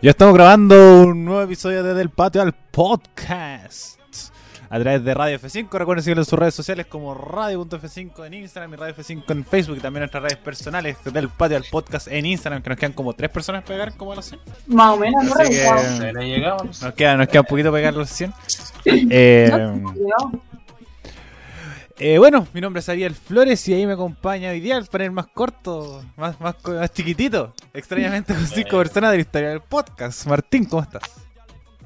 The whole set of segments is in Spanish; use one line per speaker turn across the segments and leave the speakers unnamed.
Ya estamos grabando un nuevo episodio de Del Patio al Podcast. A través de Radio F5, recuerden seguirlo en sus redes sociales como Radio.f5 en Instagram y Radio F5 en Facebook y también nuestras redes personales del Patio al Podcast en Instagram, que nos quedan como tres personas para pegar como a los 100.
Más o menos, ¿no?
Así que
Llegamos.
ahí le llegamos.
Nos queda, nos queda un poquito para pegar los 100. Eh,
Llegamos.
eh, bueno, mi nombre es Ariel Flores y ahí me acompaña hoy día el panel más corto, más, más, co- más chiquitito, extrañamente con cinco personas de la historia del podcast. Martín, ¿cómo estás?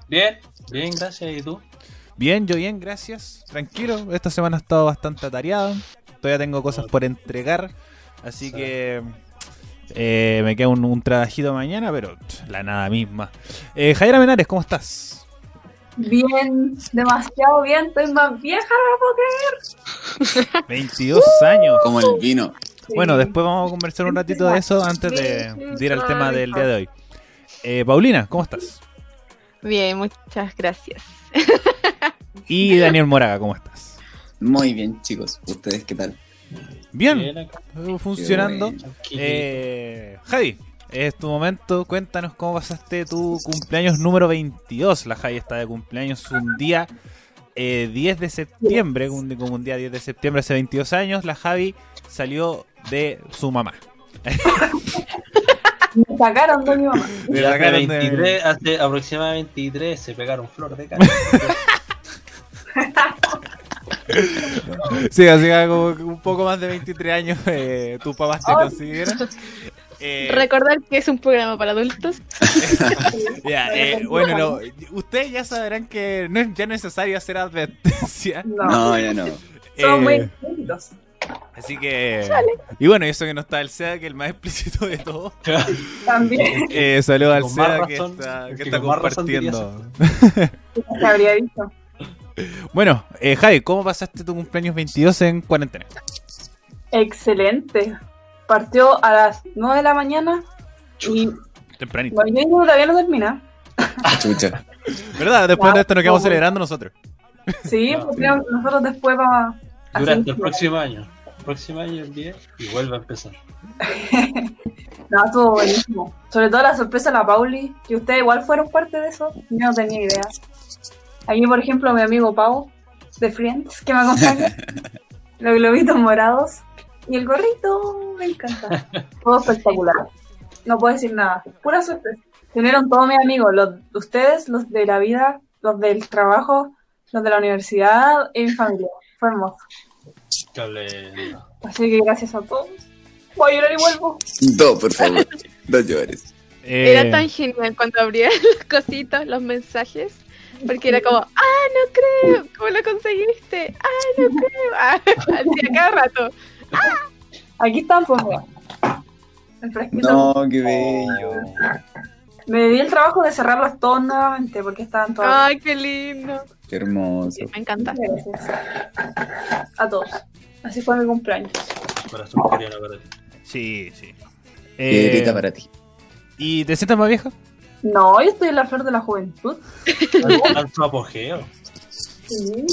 Bien, bien, gracias. ¿Y tú?
Bien, yo bien, gracias. Tranquilo, esta semana ha estado bastante atareado. Todavía tengo cosas por entregar. Así que eh, me queda un, un trabajito mañana, pero tch, la nada misma. Eh, Jaira Menares, ¿cómo estás?
Bien, demasiado bien, estoy más vieja, no lo puedo creer.
22 años.
Como el vino.
Bueno, después vamos a conversar un ratito de eso antes de, de ir al tema del día de hoy. Eh, Paulina, ¿cómo estás?
Bien, muchas gracias.
Eh. Y Daniel Moraga, ¿cómo estás?
Muy bien, chicos. ¿Ustedes qué tal?
Bien, eh,
acá,
funcionando.
Qué bueno.
tranquilo.
Eh, Javi, es tu momento. Cuéntanos cómo pasaste tu cumpleaños número 22. La Javi está de cumpleaños un día eh, 10 de septiembre, un, como un día 10 de septiembre hace 22 años. La Javi salió de su mamá.
Me sacaron de mi mamá.
Me
Y hace,
sacaron de-
23, hace aproximadamente 23 se pegaron flor de cara.
Sí, así que como que un poco más de 23 años eh, tus papás te
Ay.
consiguieron. Eh,
Recordar que es un programa para adultos.
ya, eh, bueno, no, ustedes ya sabrán que no es ya necesario hacer advertencia.
No,
No, ya no.
son muy
Eh,
explícitos.
Así que. Y bueno, y eso que no está el SEA, que el más explícito de todos.
También
Eh, saludos al
Con más
SEA que
razón,
está, que
que
está
con más razón
compartiendo.
se habría dicho.
Bueno, eh, Javi, ¿cómo pasaste tu cumpleaños 22 en cuarentena?
Excelente. Partió a las 9 de la mañana y
Tempranito.
bueno, yo todavía no termina.
Chucha.
¿Verdad? Después de esto nos quedamos
Wow.
celebrando nosotros.
Sí,
No.
porque nosotros después vamos a...
Durante el
hacer-
próximo año. El próximo año el 10 y vuelve a empezar.
No, estuvo buenísimo. Sobre todo la sorpresa de la Pauli, que ustedes igual fueron parte de eso. Yo no tenía idea. Aquí, por ejemplo, mi amigo Pau, de Friends, que me acompaña. los globitos morados. Y el gorrito, me encanta. Todo espectacular. No puedo decir nada. Pura sorpresa. Se unieron todos mis amigos, los de ustedes, los de la vida, los del trabajo, los de la universidad y mi familia. Fue hermoso.
Cable.
Así que gracias a todos. Voy a llorar y vuelvo.
Dos, por favor. Dos llores.
Eh,
Era tan genial cuando abría las cositas, los mensajes, porque era como, ah, no creo, ¿cómo lo conseguiste? Ah, no creo. Ah, Hacía cada rato.
Aquí están, pues.
Ah,
mira. El fresquito.
No, qué bello.
Me di el trabajo de cerrarlos todos nuevamente porque estaban
Oh.
todos.
Ay, qué lindo.
Qué hermoso.
Me encanta.
Gracias. A todos. Así fue mi cumpleaños.
Corazón coreano para ti.
Sí, sí.
Piedrita
Eh,
para ti.
¿Y te sientes más vieja?
No, yo estoy en la flor de la juventud.
Alto apogeo.
Sí.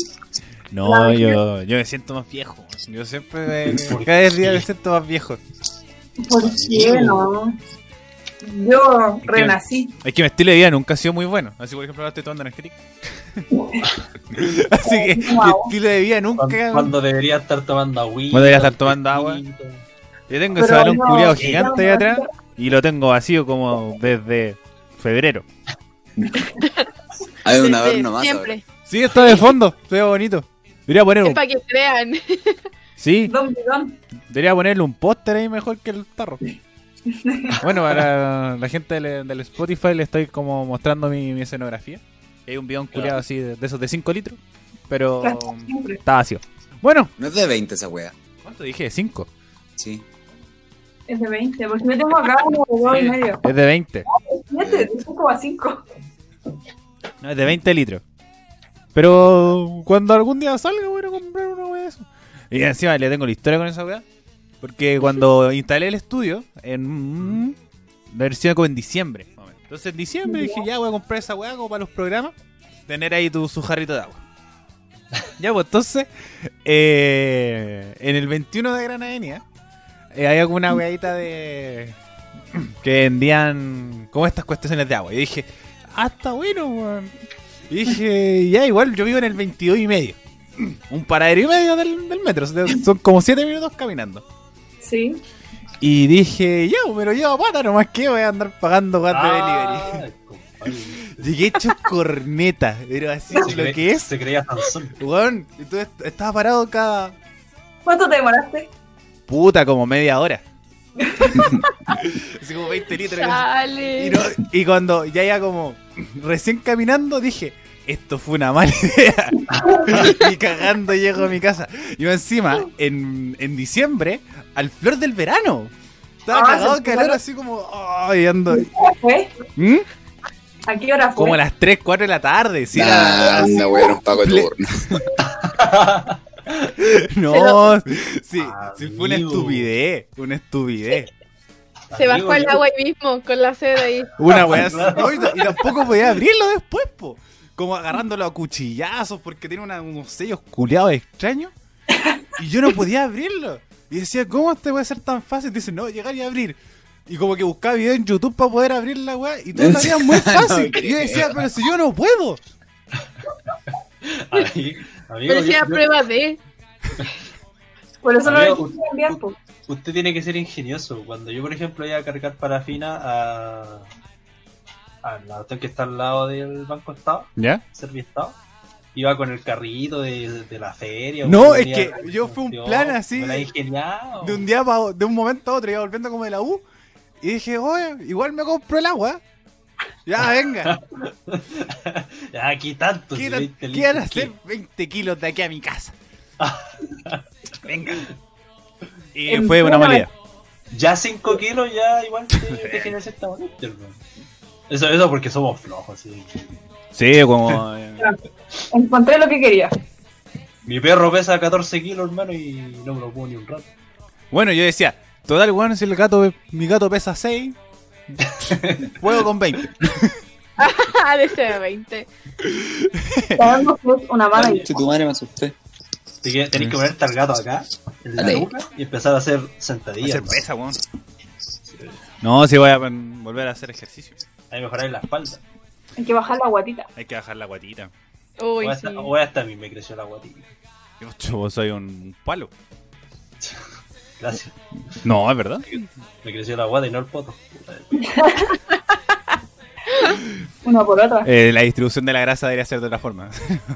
No,
La
yo, yo me siento más viejo. Yo siempre. eh, cada día me siento más viejo.
¿Por qué no? Yo renací.
Es que mi estilo de vida nunca ha sido muy bueno. Así, por ejemplo, ahora estoy tomando energético. Así que mi
Wow.
estilo de vida nunca.
Cuando, cuando debería estar tomando agüita.
Cuando debería estar tomando agua.
fresquito.
Yo tengo
Pero
ese balón
no,
culiado
no,
gigante ahí
no,
atrás y lo tengo vacío como desde febrero.
Hay un
Desde
adorno más. ahora.
Siempre.
Sí, está de fondo, se ve bonito. Debería poner
Es
un,
para que crean.
sí,
Don Bidón.
debería ponerle un póster ahí mejor que el tarro. Bueno, para la gente del, del Spotify le estoy como mostrando mi, mi escenografía. Hay un bidón culiado así de, de esos de 5 litros, pero
Claro, siempre.
está vacío. Bueno,
No es de 20 esa wea.
¿cuánto dije? 5.
Sí.
Es de 20, porque yo tengo acá como de dos y medio.
Es de 20.
Fíjate, de 5,5.
No, es de 20 litros. Pero cuando algún día salga voy a ir a comprar una wea de eso. Y encima le tengo la historia con esa weá. Porque cuando instalé el estudio, en la versión como en diciembre. más o menos. Entonces en diciembre dije, ya voy a comprar esa weá como para los programas. Tener ahí tu, su jarrito de agua. ya, pues entonces, eh, en el 21 de Granadenia, eh, hay alguna weadita de, que vendían como estas cuestiones de agua. Y dije, ah, está bueno, weón. Y dije, ya, igual yo vivo en el 22 y medio. Un paradero y medio del, del metro. Son como 7 minutos caminando.
Sí.
Y dije, ya, pero yo a pata nomás que voy a andar pagando gas de delivery.
Ay, compadre.
Llegué hecho corneta, pero así
Se
lo
cre-
que es.
Se creía Sansón.
Weón, entonces estaba parado cada
¿Cuánto te demoraste?
puta como media hora. así como 20 litros.
Chale.
Y, no- y cuando ya iba como recién caminando, dije, esto fue una mala idea. y cagando llego a mi casa. Y encima, en, en diciembre, al flor del verano. Estaba
Ah,
cagado
se
de calor
fue.
así como... Ay, ando...
¿A qué hora fue?
¿Mm?
¿A qué hora fue?
Como a las 3, 4 de la tarde. Sí,
Nah,
Era-
anda, weón, era un pago de
Ple-
turno.
No, sí,
Amigo.
sí, fue una estupidez. Una estupidez.
Se
Amigo,
bajó al
yo-
agua ahí mismo con la sed ahí.
Una weá así,
claro.
¿no? y, y tampoco podía abrirlo después, po. Como agarrándolo a cuchillazos porque tiene una- unos sellos culeados extraños. Y yo no podía abrirlo. Y decía, ¿cómo te puede ser tan fácil? Dice, no, llegar y abrir. Y como que buscaba video en YouTube para poder abrir la weá. Y todo lo hacían muy fácil.
No
y yo decía, pero si yo no puedo.
Ami- Amigo,
Pero
yo-
hacía
yo-
prueba de.
Por eso no
Amigo,
lo quise enviar, po.
usted tiene que ser ingenioso. Cuando yo, por ejemplo, iba a cargar parafina a, a la hotel que está al lado del Banco Estado,
¿Ya?
Serviestado, iba con el carrito de, de la feria.
No,
weón,
es
venía
que
la
yo fue un
función,
plan así
me la
de-
ingeniado.
De un día pa- de un momento a otro, iba volviendo como de la U. Y dije, oye, igual me compro el agua. Ya, venga.
Ya, Ah, aquí tanto. si
¿Qué, tan-
20
qué van a
litros,
hacer 20 kilos de aquí a mi casa? Venga. Y
En
fue una
plena
mala idea.
¿qué? Ya 5 kilos, ya igual te, te generas esta bonita, hermano. Eso, eso porque somos flojos. sí.
Sí, como. eh,
Encontré lo que quería.
Mi perro pesa 14 kilos, hermano, y no me lo puedo ni un rato.
bueno, yo decía, total, bueno, si el gato, mi gato pesa 6, juego con 20.
Ah, de ese 20.
Sabemos que es una mala idea.
Che, tu madre me asusté.
Así que tenéis que ponerte al gato acá, en la
Dale.
nuca, y empezar a hacer
Va a
sentadillas. pues.
ser pesa,
¿no?
weón. No, si voy a mm, volver a hacer ejercicio.
Ahí mejorar la espalda.
Hay que bajar la guatita.
Hay que bajar la guatita.
Uy,
Hoy
sí.
hasta, o hasta a mí me creció la guatita.
Yo, yo soy un palo.
Gracias.
No, es verdad.
Me creció la guata y no el poto.
Una por otra.
Eh, la distribución de la grasa debería ser de otra forma.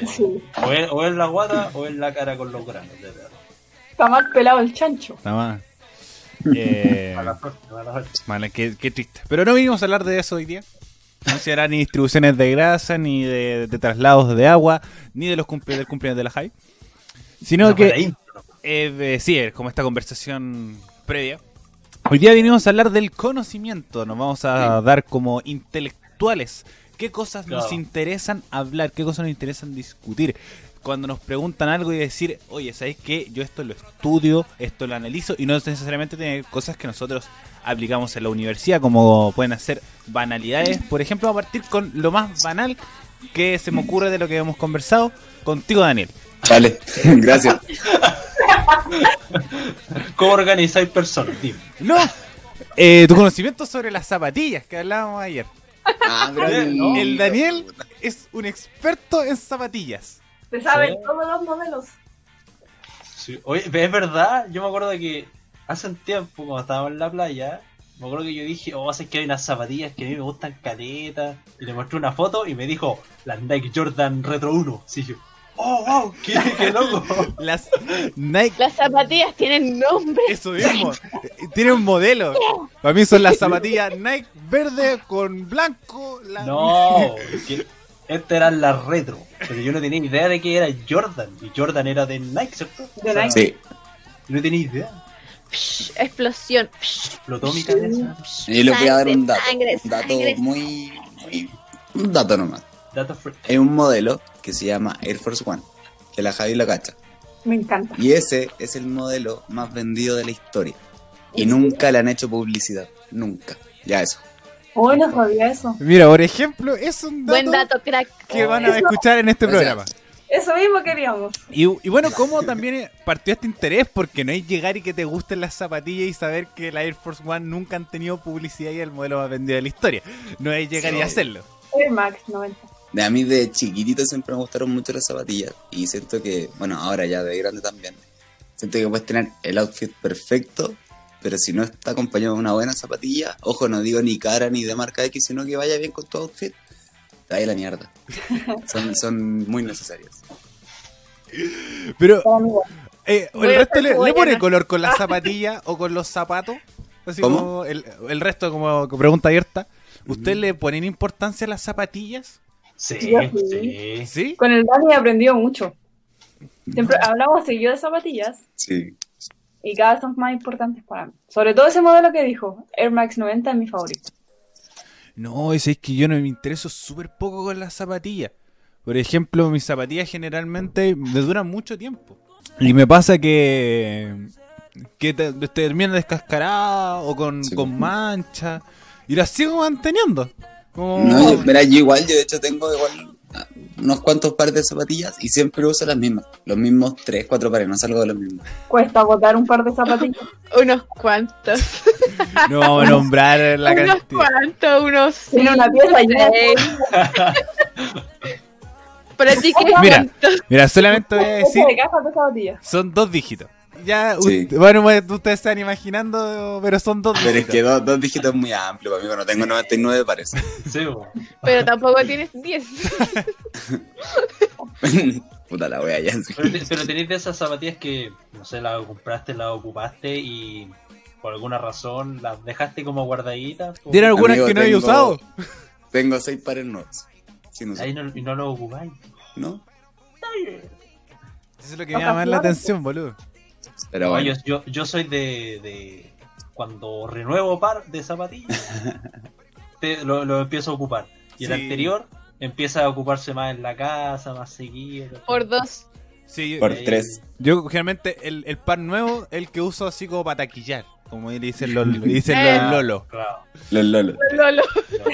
Eh,
Sí.
O es, o es la guata o es la cara con los granos. De verdad.
Está mal pelado el chancho.
Nada más. Eh,
A la suerte, a la suerte.
Mala, qué, qué triste. Pero no vinimos a hablar de eso hoy día. No se hará ni distribuciones de grasa, ni de, de traslados de agua, ni de los cumple, del cumpleaños de la Jai. Sino
No, para
que,
ahí, no.
eh, eh, sí, es como esta conversación previa. Hoy día vinimos a hablar del conocimiento. Nos vamos a dar como intelectuales. ¿Qué cosas nos
Claro.
interesan hablar? ¿Qué cosas nos interesan discutir? Cuando nos preguntan algo y decir, oye, ¿sabéis qué? Yo esto lo estudio, esto lo analizo y no necesariamente tiene cosas que nosotros aplicamos en la universidad, como pueden hacer banalidades. Por ejemplo, vamos a partir con lo más banal que se me ocurre de lo que hemos conversado contigo, Daniel.
Vale, gracias.
¿Cómo organizáis personas? Dime.
No, eh, tu conocimiento sobre las zapatillas que hablábamos ayer.
Ah, pero
El- No,
El Daniel es un experto en zapatillas.
Se saben
Sí.
todos los modelos.
Sí, Oye, pero es verdad, yo me acuerdo que hace un tiempo, cuando estábamos en la playa, me acuerdo que yo dije, oh, sé que hay unas zapatillas que a mí me gustan caletas. Y le mostré una foto y me dijo, las Nike Jordan Retro 1. Sí, yo, oh, wow, qué, qué loco.
Las Nike,
Las zapatillas tienen nombre.
eso mismo, tiene un modelo. Para mí son las zapatillas Nike verde con blanco. la-
No, que estas eran las retro. Pero yo no tenía idea de que era Jordan. Y Jordan era de Nike, ¿cierto?
De
O sea,
Nike.
Sí,
No tenía idea.
Psh, explosión. Psh,
Explotó mi cabeza.
psh,
yo les voy a dar
sangre,
un dato.
sangre,
Un dato
sangre.
muy, muy. Un dato nomás.
Dato freak.
Hay un modelo que se llama Air Force One, que la Javi la cacha.
Me encanta.
Y ese es el modelo más vendido de la historia. Y nunca le han hecho publicidad. Nunca. Ya eso.
Hoy no sabía eso.
Mira, por ejemplo, es un dato,
Buen dato, crack.
que van a escuchar en este
Gracias.
programa.
Eso mismo queríamos.
Y, y bueno, ¿cómo también partió este interés? Porque no es llegar y que te gusten las zapatillas y saber que la Air Force One nunca han tenido publicidad y el modelo más vendido de la historia. No es llegar y
Sí.
hacerlo.
Air Max 90.
De a mí de chiquitito siempre me gustaron mucho las zapatillas y siento que, bueno, ahora ya de grande también, siento que puedes tener el outfit perfecto, pero si no está acompañado de una buena zapatilla, ojo, no digo ni cara ni de marca X, sino que vaya bien con tu outfit, te vaya la mierda. Son, son muy necesarias.
Pero
Para mí, bueno.
eh,
Voy
el
a
resto
hacer
le, le
cebolla,
pone
¿no? Ah.
color con las zapatillas o con los zapatos. Así
¿Cómo?
como el, el resto, como pregunta abierta.
Mm.
¿Usted le ponen importancia a las zapatillas?
Sí,
Yo sí.
sí.
¿Sí?
Con el Dani he aprendido mucho. Siempre hablamos seguido de zapatillas
Sí.
y cada vez son más importantes para mí. Sobre todo ese modelo que dijo, Air Max 90 es mi favorito.
No, es, es que yo no me intereso súper poco con las zapatillas. Por ejemplo, mis zapatillas generalmente me duran mucho tiempo. Y me pasa que. que te, te terminan descascaradas o con,
Sí.
con manchas. Y las sigo manteniendo. Como-
No, yo- mira, yo igual, yo de hecho tengo igual ah, unos cuantos pares de zapatillas y siempre uso las mismas, los mismos tres, cuatro pares, no salgo de los mismos.
Cuesta botar un par de zapatillas.
Unos cuantos.
No vamos a nombrar la
unos
cantidad.
cuantos, unos.
Tiene una
cinco,
pieza llena.
seis. Pero sí que
Mira.
cuántos.
Mira, solamente voy a decir.
Cuesta de cajas de zapatillas.
Son dos dígitos. Ya,
Sí.
ut- bueno, bueno, ustedes están imaginando, pero son dos
Pero es
dígitos.
que dos, dos dígitos es muy amplio para mí, bueno, tengo 99 pares.
Sí, po.
Pero tampoco tienes 10.
Puta la wea ya.
pero, te- pero tenéis de esas zapatillas que, no sé, las compraste, las ocupaste y por alguna razón las dejaste como guardaditas. po.
¿Tienen algunas
Amigo,
que no había
tengo-
usado?
Tengo seis pares nuevos. Sin usar,
Ahí no, y no las ocupáis.
¿no?
Eso es lo que me
Otras
llama más la
flores.
atención, boludo.
Pero
No,
Ah, bueno,
yo, yo, yo soy de, de- Cuando renuevo par de zapatillas, te- lo, lo empiezo a ocupar. Y el
Sí.
anterior empieza a ocuparse más en la casa, más seguido.
Por dos.
Sí,
por
ahí-
tres.
Yo generalmente el, el pan nuevo el que uso así como para taquillar, como le dicen los, le dicen
Eh.
los lolos.
Claro.
Los lolos.
Lolo.
claro.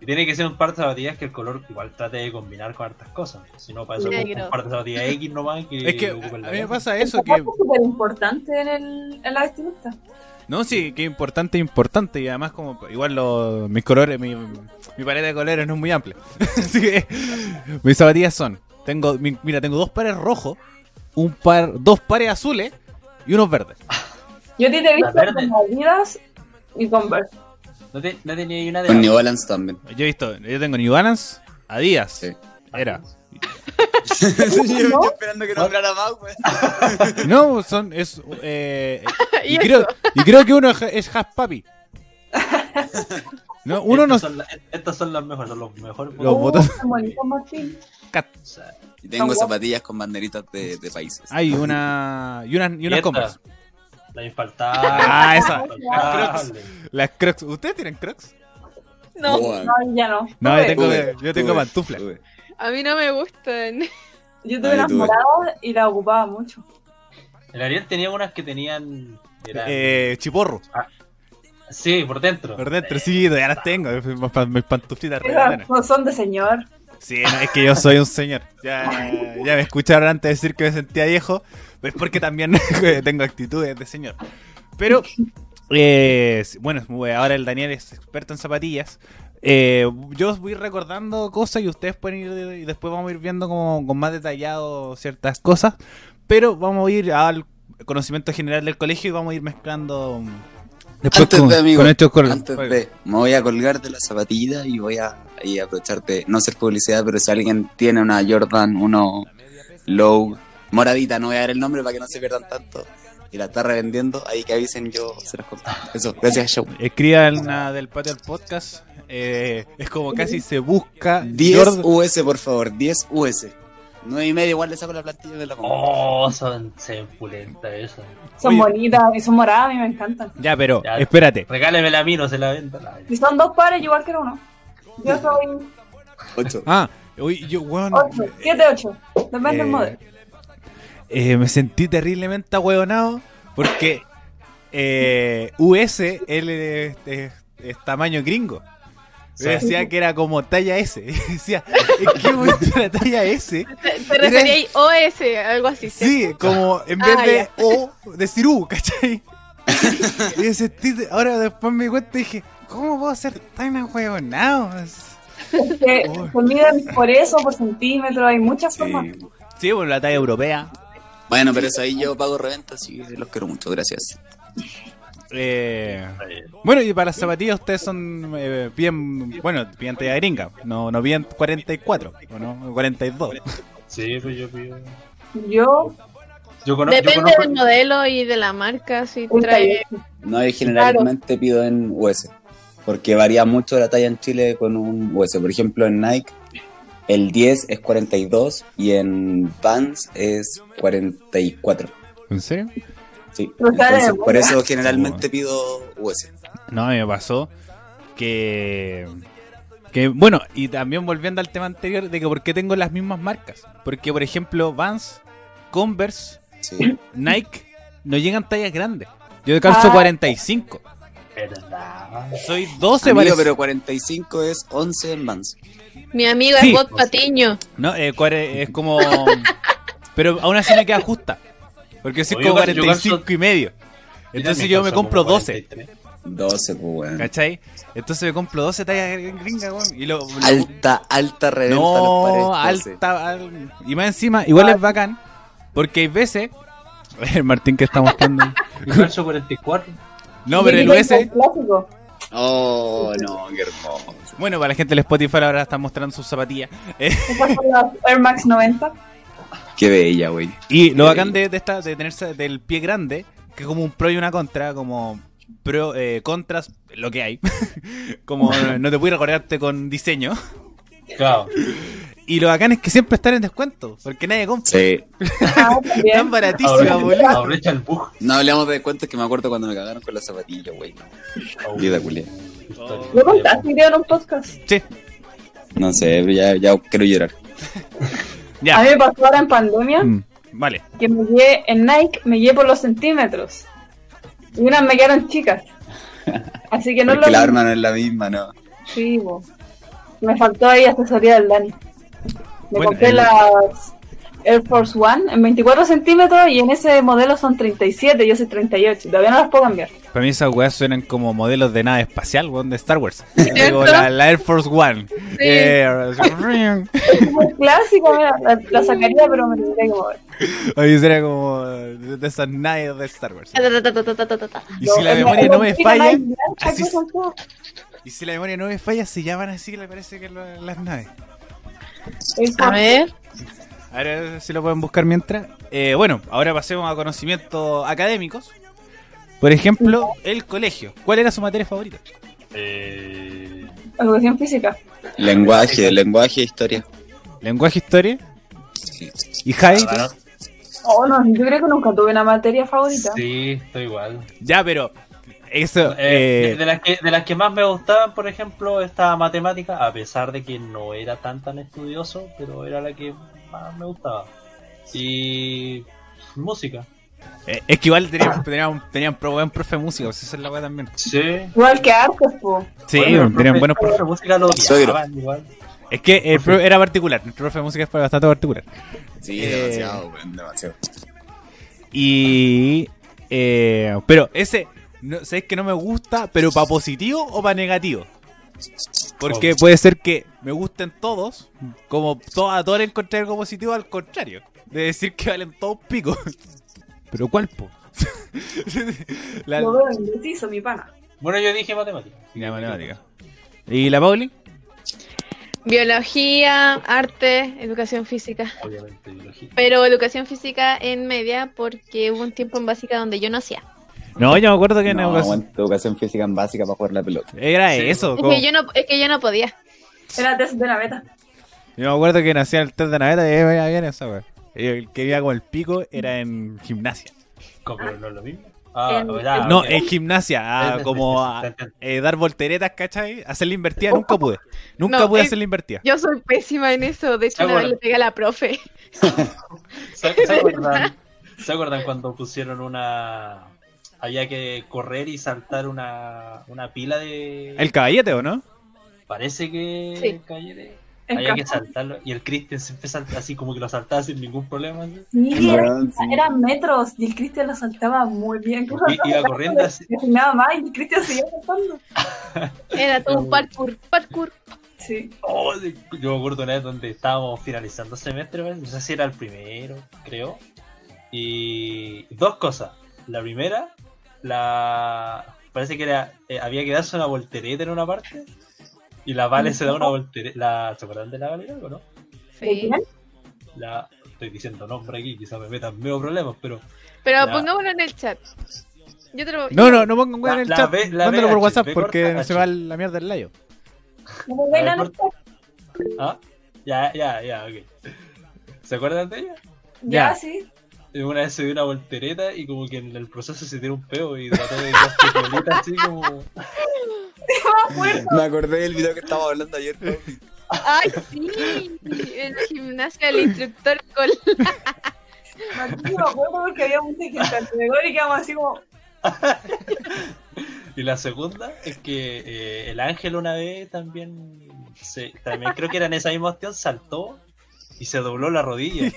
Y tiene que ser un par de zapatillas que el color igual trate de combinar con hartas cosas. Si no, para eso ocupo
Negro.
un par de zapatillas X nomás. Que
Es que a
ocupo en la
mí me
casa.
pasa
El
eso que...
zapato Es súper importante en, el, en la vestimenta.
No, sí, que importante, importante. Y además como igual los, mis colores, mi, mi paleta de colores no es muy amplia. así que mis zapatillas son... Tengo, mi- mira, tengo dos pares rojos, un par, dos pares azules y unos verdes.
Yo a ti te he visto
verde.
con Adidas y Converse.
No, te- no tenía ni una de
Con
las-
New Balance también.
Yo he visto, yo tengo New Balance, Adidas.
Sí.
Era.
yo,
¿No?
esperando que no hablara más,
No, son es eh,
¿Y
y, creo, y creo que uno es- es Has Papi. No, uno
Estas
no
son la- estas son las mejores, son los mejores.
Los
Uh,
modelos.
botones.
qué bonito, Martín.
O sea,
Y tengo
Son
zapatillas con banderitas de, de países.
hay una y unas y
y
unas
esta,
Converse.
La infaltable.
Ah, esa.
infaltable.
Las Crocs. ¿Ustedes tienen Crocs?
No,
Boa.
No, ya no.
No,
Tuve-
yo tengo
Tuve,
yo tengo
tuve,
pantuflas.
tuve.
a mí no me gustan.
Yo
Ah,
tuve
yo
las
tuve.
moradas y las ocupaba mucho.
El Ariel tenía unas que tenían. eran-
Eh, chiporro,
sí, por dentro.
por dentro, sí, todavía las tengo, mis pantuflitas re
Esas
buenas.
no son de señor.
Sí, no, es que yo soy un señor. Ya, ya me escucharon antes decir que me sentía viejo, pues porque también tengo actitudes de señor. Pero, eh, bueno, ahora el Daniel es experto en zapatillas. Eh, yo os voy recordando cosas y ustedes pueden ir y después vamos a ir viendo como, con más detallado ciertas cosas. Pero vamos a ir al conocimiento general del colegio y vamos a ir mezclando mm, después
Antes
con,
de, amigo,
con estos cor-
Antes de, me voy a colgar de la zapatilla y voy a, y aprovecharte, no hacer publicidad, pero si alguien tiene una Jordan, uno Low, moradita, no voy a dar el nombre para que no se pierdan tanto, y la está revendiendo, ahí que avisen, yo se los compro. Eso, gracias, show.
Escriban eh, la del patio del podcast. eh, es como casi se busca
10
Jordan-
US, por favor, 10 US. 9 y medio, igual le saco la plantilla de la compro.
Oh, son sempulentas esas.
Son
Oye.
bonitas y son moradas, a mí me encantan.
Ya, pero
Ya.
espérate.
Regálemela a mí, no se la venda.
Y son dos pares, yo igual que uno. Yo soy
8.
Ah, uy, yo, weón.
8, 7, 8. Depende
eh,
del modelo.
eh, me sentí terriblemente ahueonado porque eh, US él es, es- es tamaño gringo. Yo decía que era como talla S. Y decía, ¿en qué momento era talla S?
Te, te refería a OS, algo así.
Sí, como en vez
Ah,
de
ya.
O, de Cirú, ¿cachai? y ese tit- ahora después me di cuenta y dije, ¿cómo puedo ser tan ahueonado?
Que se miden por eso, por centímetro, hay muchas
Sí.
formas.
Sí, bueno, la talla europea.
Bueno, pero eso ahí yo pago reventa, así que los quiero mucho, gracias.
Eh,
Está bien.
bueno, y para las zapatillas ustedes son eh, bien, bueno, bien talla gringa. No, no bien 44, ¿o no? 42.
Sí, pues yo pido.
Yo,
Yo, cono- yo
Depende
conozco.
del modelo y de la marca, si
un
trae...
taller.
No, yo generalmente pido en US, porque varía mucho la talla en Chile con un US. Por ejemplo, en Nike el 10 es 42 y en Vans es 44.
¿En serio?
Sí.
Pero está de
Entonces, por
moda.
eso generalmente pido US.
No, a mí me pasó que. Que, bueno, y también volviendo al tema anterior de que por qué tengo las mismas marcas. Porque, por ejemplo, Vans, Converse,
Sí.
Nike no llegan tallas grandes. Yo calzo
Ah.
45.
Verdad.
Soy 12,
Amigo,
parece.
pero 45 es 11 en Vans.
Mi amigo
Sí.
es Bot Patiño.
No, eh, cuare- es como. pero aún así me queda justa. Porque soy
Oye,
como
yo calzo- yo
45 y medio.
Yo
Entonces
también
yo me
calzo
compro
como
12.
43.
12, pues, weón.
¿Cachai? Entonces me compro 12 tallas gringas, weón. Y lo, lo-
Alta, alta reventa
No,
los pares 12.
alta. al- Y más encima, igual es bacán, porque hay veces. El Martín que está mostrando.
Yo calzo 44.
No, pero el
Yo
US.
tengo un clásico.
Oh, no, qué hermoso.
Bueno, para la gente del Spotify ahora están mostrando sus zapatillas.
Estas son las Air Max 90.
Qué bella, güey.
Y lo bacán de, de esta, de tenerse del pie grande, que es como un pro y una contra, como pro, eh, contras, lo que hay. como eh, no te puedes recordarte con diseño.
Claro.
Y lo bacán es que siempre están en descuento, porque nadie compra.
Sí.
Ah, también.
Están baratísimas,
Aprovecha
boludo.
aprovecha el bug.
No hablamos de cuentos que me acuerdo cuando me cagaron con la zapatilla, güey. no. Vida culia.
Lo contaste, creo, en un podcast.
Sí,
No sé, ya, ya quiero llorar.
A
ya.
mí me pasó ahora en pandemia
Mm, Vale.
que me guié en Nike, me guié por los centímetros. Y unas me quedaron chicas. Así que no
Porque la
lo
arma no es la misma, ¿no?
Sí, bo. Me faltó ahí asesoría del Dani. Me
Bueno,
compré
el-
las Air Force One en 24 centímetros y en ese modelo son 37, yo soy 38. Todavía no las puedo cambiar.
Para mí esas weas suenan como modelos de nave espacial, weón, de Star Wars.
¿Cierto?
Como la, la Air Force One. Eh,
Es muy clásico, mira, la, la sacaría, pero me tendría que mover.
Ahí sería como de de esas naves de Star Wars.
Ta, ta, ta, ta, ta, ta, ta, ta.
Y si la
Es
memoria no me
chica,
falla,
hay blancha,
así,
cosas todas.
y si la memoria no me falla, se llaman así que le parece que lo- las naves.
Air Force
A ver.
A ver si lo pueden buscar mientras. Eh, bueno, ahora pasemos a conocimientos académicos. Por ejemplo, el colegio. ¿Cuál era su materia favorita?
Eh,
Educación física.
Lenguaje, lenguaje, historia.
Lenguaje, historia.
Sí.
¿Y Javi?
Oh, no, yo creo que nunca tuve una materia favorita.
sí, estoy igual.
Ya, pero eso...
Eh,
eh,
de, de las que, de las que más me gustaban, por ejemplo, esta matemática, a pesar de que no era tan tan estudioso, pero era la que más me gustaba. Y música.
Eh, es que igual tenían, tenían, tenían pro- buen profe de música, pues esa es la weá también.
Sí.
Igual que artes, po.
Sí,
Bueno, el
tenían
profe-
buenos
el profe
profes.
de música lo
Suegro.
odiaban igual.
Es que el pro- era particular, el profe de música es bastante particular.
Sí,
Eh.
demasiado, güey, demasiado.
Y. eh, pero ese. No, ¿Sabes que no me gusta? ¿Pero para positivo o para negativo? Porque
¿Cómo?
puede ser que me gusten todos, como to- a todos le encontré algo positivo, al contrario. De decir que valen todos picos. Pero ¿cuál, po? la,
Lo veo indeciso, mi pana.
Bueno, yo dije matemática.
la matemática. ¿Y la Pauli?
Biología, arte, educación física.
Obviamente, biología.
Pero educación física en media porque hubo un tiempo en básica donde yo no hacía.
No, yo me acuerdo que en
pues.
No,
educación-
aguanta, educación física en básica para jugar la pelota.
Era
Sí.
eso.
Es
como-
que yo no, es que yo no podía.
Era test de la meta.
Yo me acuerdo que nací en el test de naveta y ahí veía bien esa wea. Y El que iba con el pico era en gimnasia.
¿Cómo, pero no es lo mismo? Ah,
En-
¿verdad?
No,
ok.
en gimnasia, ah,
Sí, sí,
como
sí, sí,
a-
sí, sí.
eh, dar volteretas, ¿cachai? Hacerle invertida, nunca pude. Nunca
No,
pude
es-
hacerle invertida.
Yo soy pésima en eso. De hecho,
Ah,
una vez
bueno.
le pegué a la profe.
¿Se, se acuerdan, ¿Se acuerdan cuando pusieron una... Había que correr y saltar una, una pila de...
El caballete, ¿o no?
Parece que
Sí.
el caballete había que saltarlo. Y el Christian siempre salta así como que lo saltaba sin ningún problema. así.
Sí, era-
Weón, sí.
eran metros y el Cristian lo saltaba muy bien.
Y- Iba corriendo así.
Nada más y el Cristian seguía saltando.
Era todo un parkour, parkour.
Sí.
Oh, sí, yo me acuerdo una vez donde estábamos finalizando semestre, parece, no sé si era el primero, creo. Y dos cosas. La primera, la parece que era eh, había que darse una voltereta en una parte. Y la Vale se da una voltereta. La... ¿Se acuerdan de la Vale o no?
Sí.
La... Estoy diciendo nombre aquí, quizás me metan medio problemas, pero.
Pero
Ya.
pongámoslo en el chat. Yo te lo...
No, no, no pongan weá en
La-
el
la
chat.
B- la
Mándalo por
BH,
WhatsApp
B
porque
corta
se
H.
va la mierda del layo.
No me vean
A
a
ver,
los ojos.
Ah, ya, ya, ya, ok. ¿Se acuerdan de ella?
Ya.
Ya, sí.
Y Una vez se dio una voltereta y como que en el proceso se tiró un peo y trató de dar su colita así como...
Me acordé del video que estábamos hablando ayer. Pauli.
¡Ay, sí! En la gimnasia el instructor con...
Me acuerdo me acuerdo porque había mucha gente alrededor y quedamos así como.
Y la segunda es que eh, el ángel una vez también, se, también creo que era en esa misma opción, saltó y se dobló la rodilla.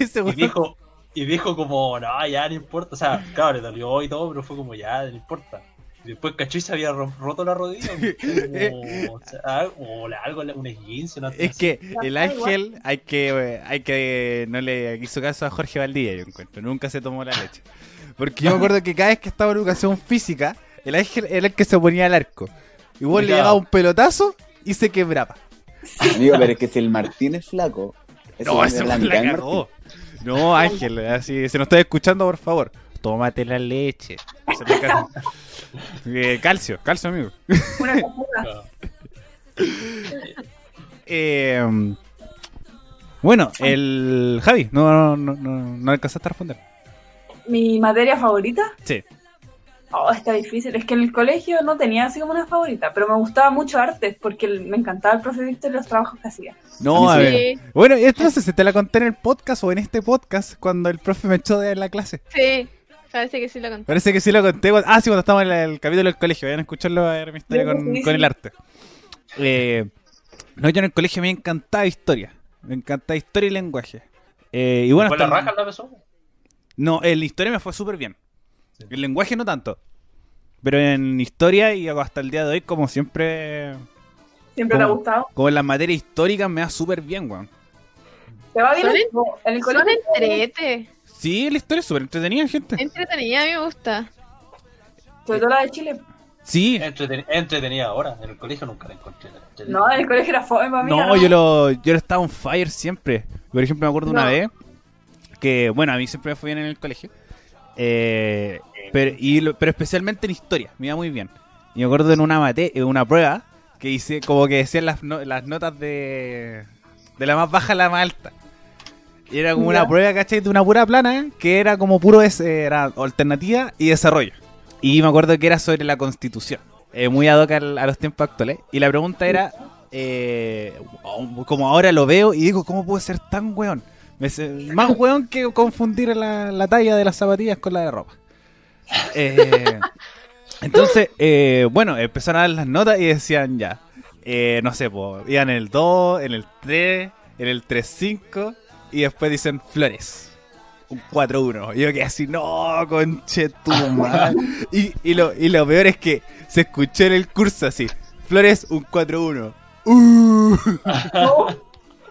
Ese
Y
weón-
dijo, y dijo como, no, ya no importa. O sea, claro, le dolió y todo, pero fue como, ya, no importa. Y después cachó y se había rom- roto la rodilla. Como, o sea, algo, algo, un esguince, una
Es que el
da igual.
ángel hay que eh, hay que no le hizo caso a Jorge Valdivia, yo encuentro, nunca se tomó la leche. Porque yo me acuerdo que cada vez que estaba en educación física, el ángel era el que se ponía al arco. Y vos le
Cuidado.
llegaba un pelotazo y se quebraba.
Amigo, pero es que si el Martín es flaco. ese
No,
weón
ese
era la
weón la
mitad del
cagó. No, Ángel, así, si nos estás escuchando, por favor, tómate la leche. Se te cae. Eh, calcio, calcio, amigo.
Una captura.
Claro.
Eh, bueno, el Javi, no, no, no, no alcanzaste a responder.
¿Mi materia favorita?
Sí.
Oh, está difícil. Es que en el colegio no tenía así como una favorita, pero me gustaba mucho artes porque el- me encantaba el profe Víctor y los trabajos que hacía.
No, a
A mí
ver.
Sí,
Bueno, y entonces se te la conté en el podcast o en este podcast cuando el profe me echó de la clase.
sí. Parece que sí lo conté.
Parece que sí lo conté. cuando- Ah, sí, cuando estábamos en la- el capítulo del colegio. Vayan a escucharlo a ver mi historia
Sí,
con,
sí,
con
sí.
el arte. Eh, no, yo en el colegio me encantaba historia. Me encantaba historia y lenguaje. Eh, y bueno,
Fue la
hasta-
raja la besó.
No, en la historia me fue súper bien.
Sí.
El lenguaje no tanto. Pero en historia y hasta el día de hoy, como siempre,
Siempre te ha
¿Cómo?
gustado.
como en las materias históricas, me va súper bien, weón.
¿Te va bien?
Son
el- en el
Son
colegio?
entrete.
Sí, la historia es súper entretenida, gente.
Entretenida, a mí me gusta.
Sobre todo la de Chile.
Sí,
Entreten- entretenida ahora, en el colegio nunca la encontré. la entretenida.
No, en el colegio era fome para mí.
No, yo lo, yo lo estaba on fire siempre. Por ejemplo, me acuerdo una
No.
vez que, bueno, a mí siempre me fue bien en el colegio. Eh, pero, y lo- pero especialmente en historia, me iba muy bien. Y me acuerdo en una mate, en una prueba que hice, como que decían las, no- las notas de, de la más baja a la más alta. Y era como una
Ya.
prueba, ¿cachai? De una pura plana, ¿eh? que era como puro, des- era alternativa y desarrollo. Y me acuerdo que era sobre la constitución, eh, muy ad hoc al- a los tiempos actuales. Y la pregunta era, eh, como ahora lo veo y digo, ¿cómo puede ser tan weón? Me dice, más weón que confundir la, la talla de las zapatillas con la de ropa. Eh, entonces, eh, bueno, empezaron a dar las notas y decían ya, eh, no sé, po, iban en el 2, en el 3, en el 3-5 y después dicen flores. Un 4-1. Y yo quedé así, no, conche tu madre". Y, y, lo, y lo peor es que se escuchó en el curso así, flores un 4-1. Uh.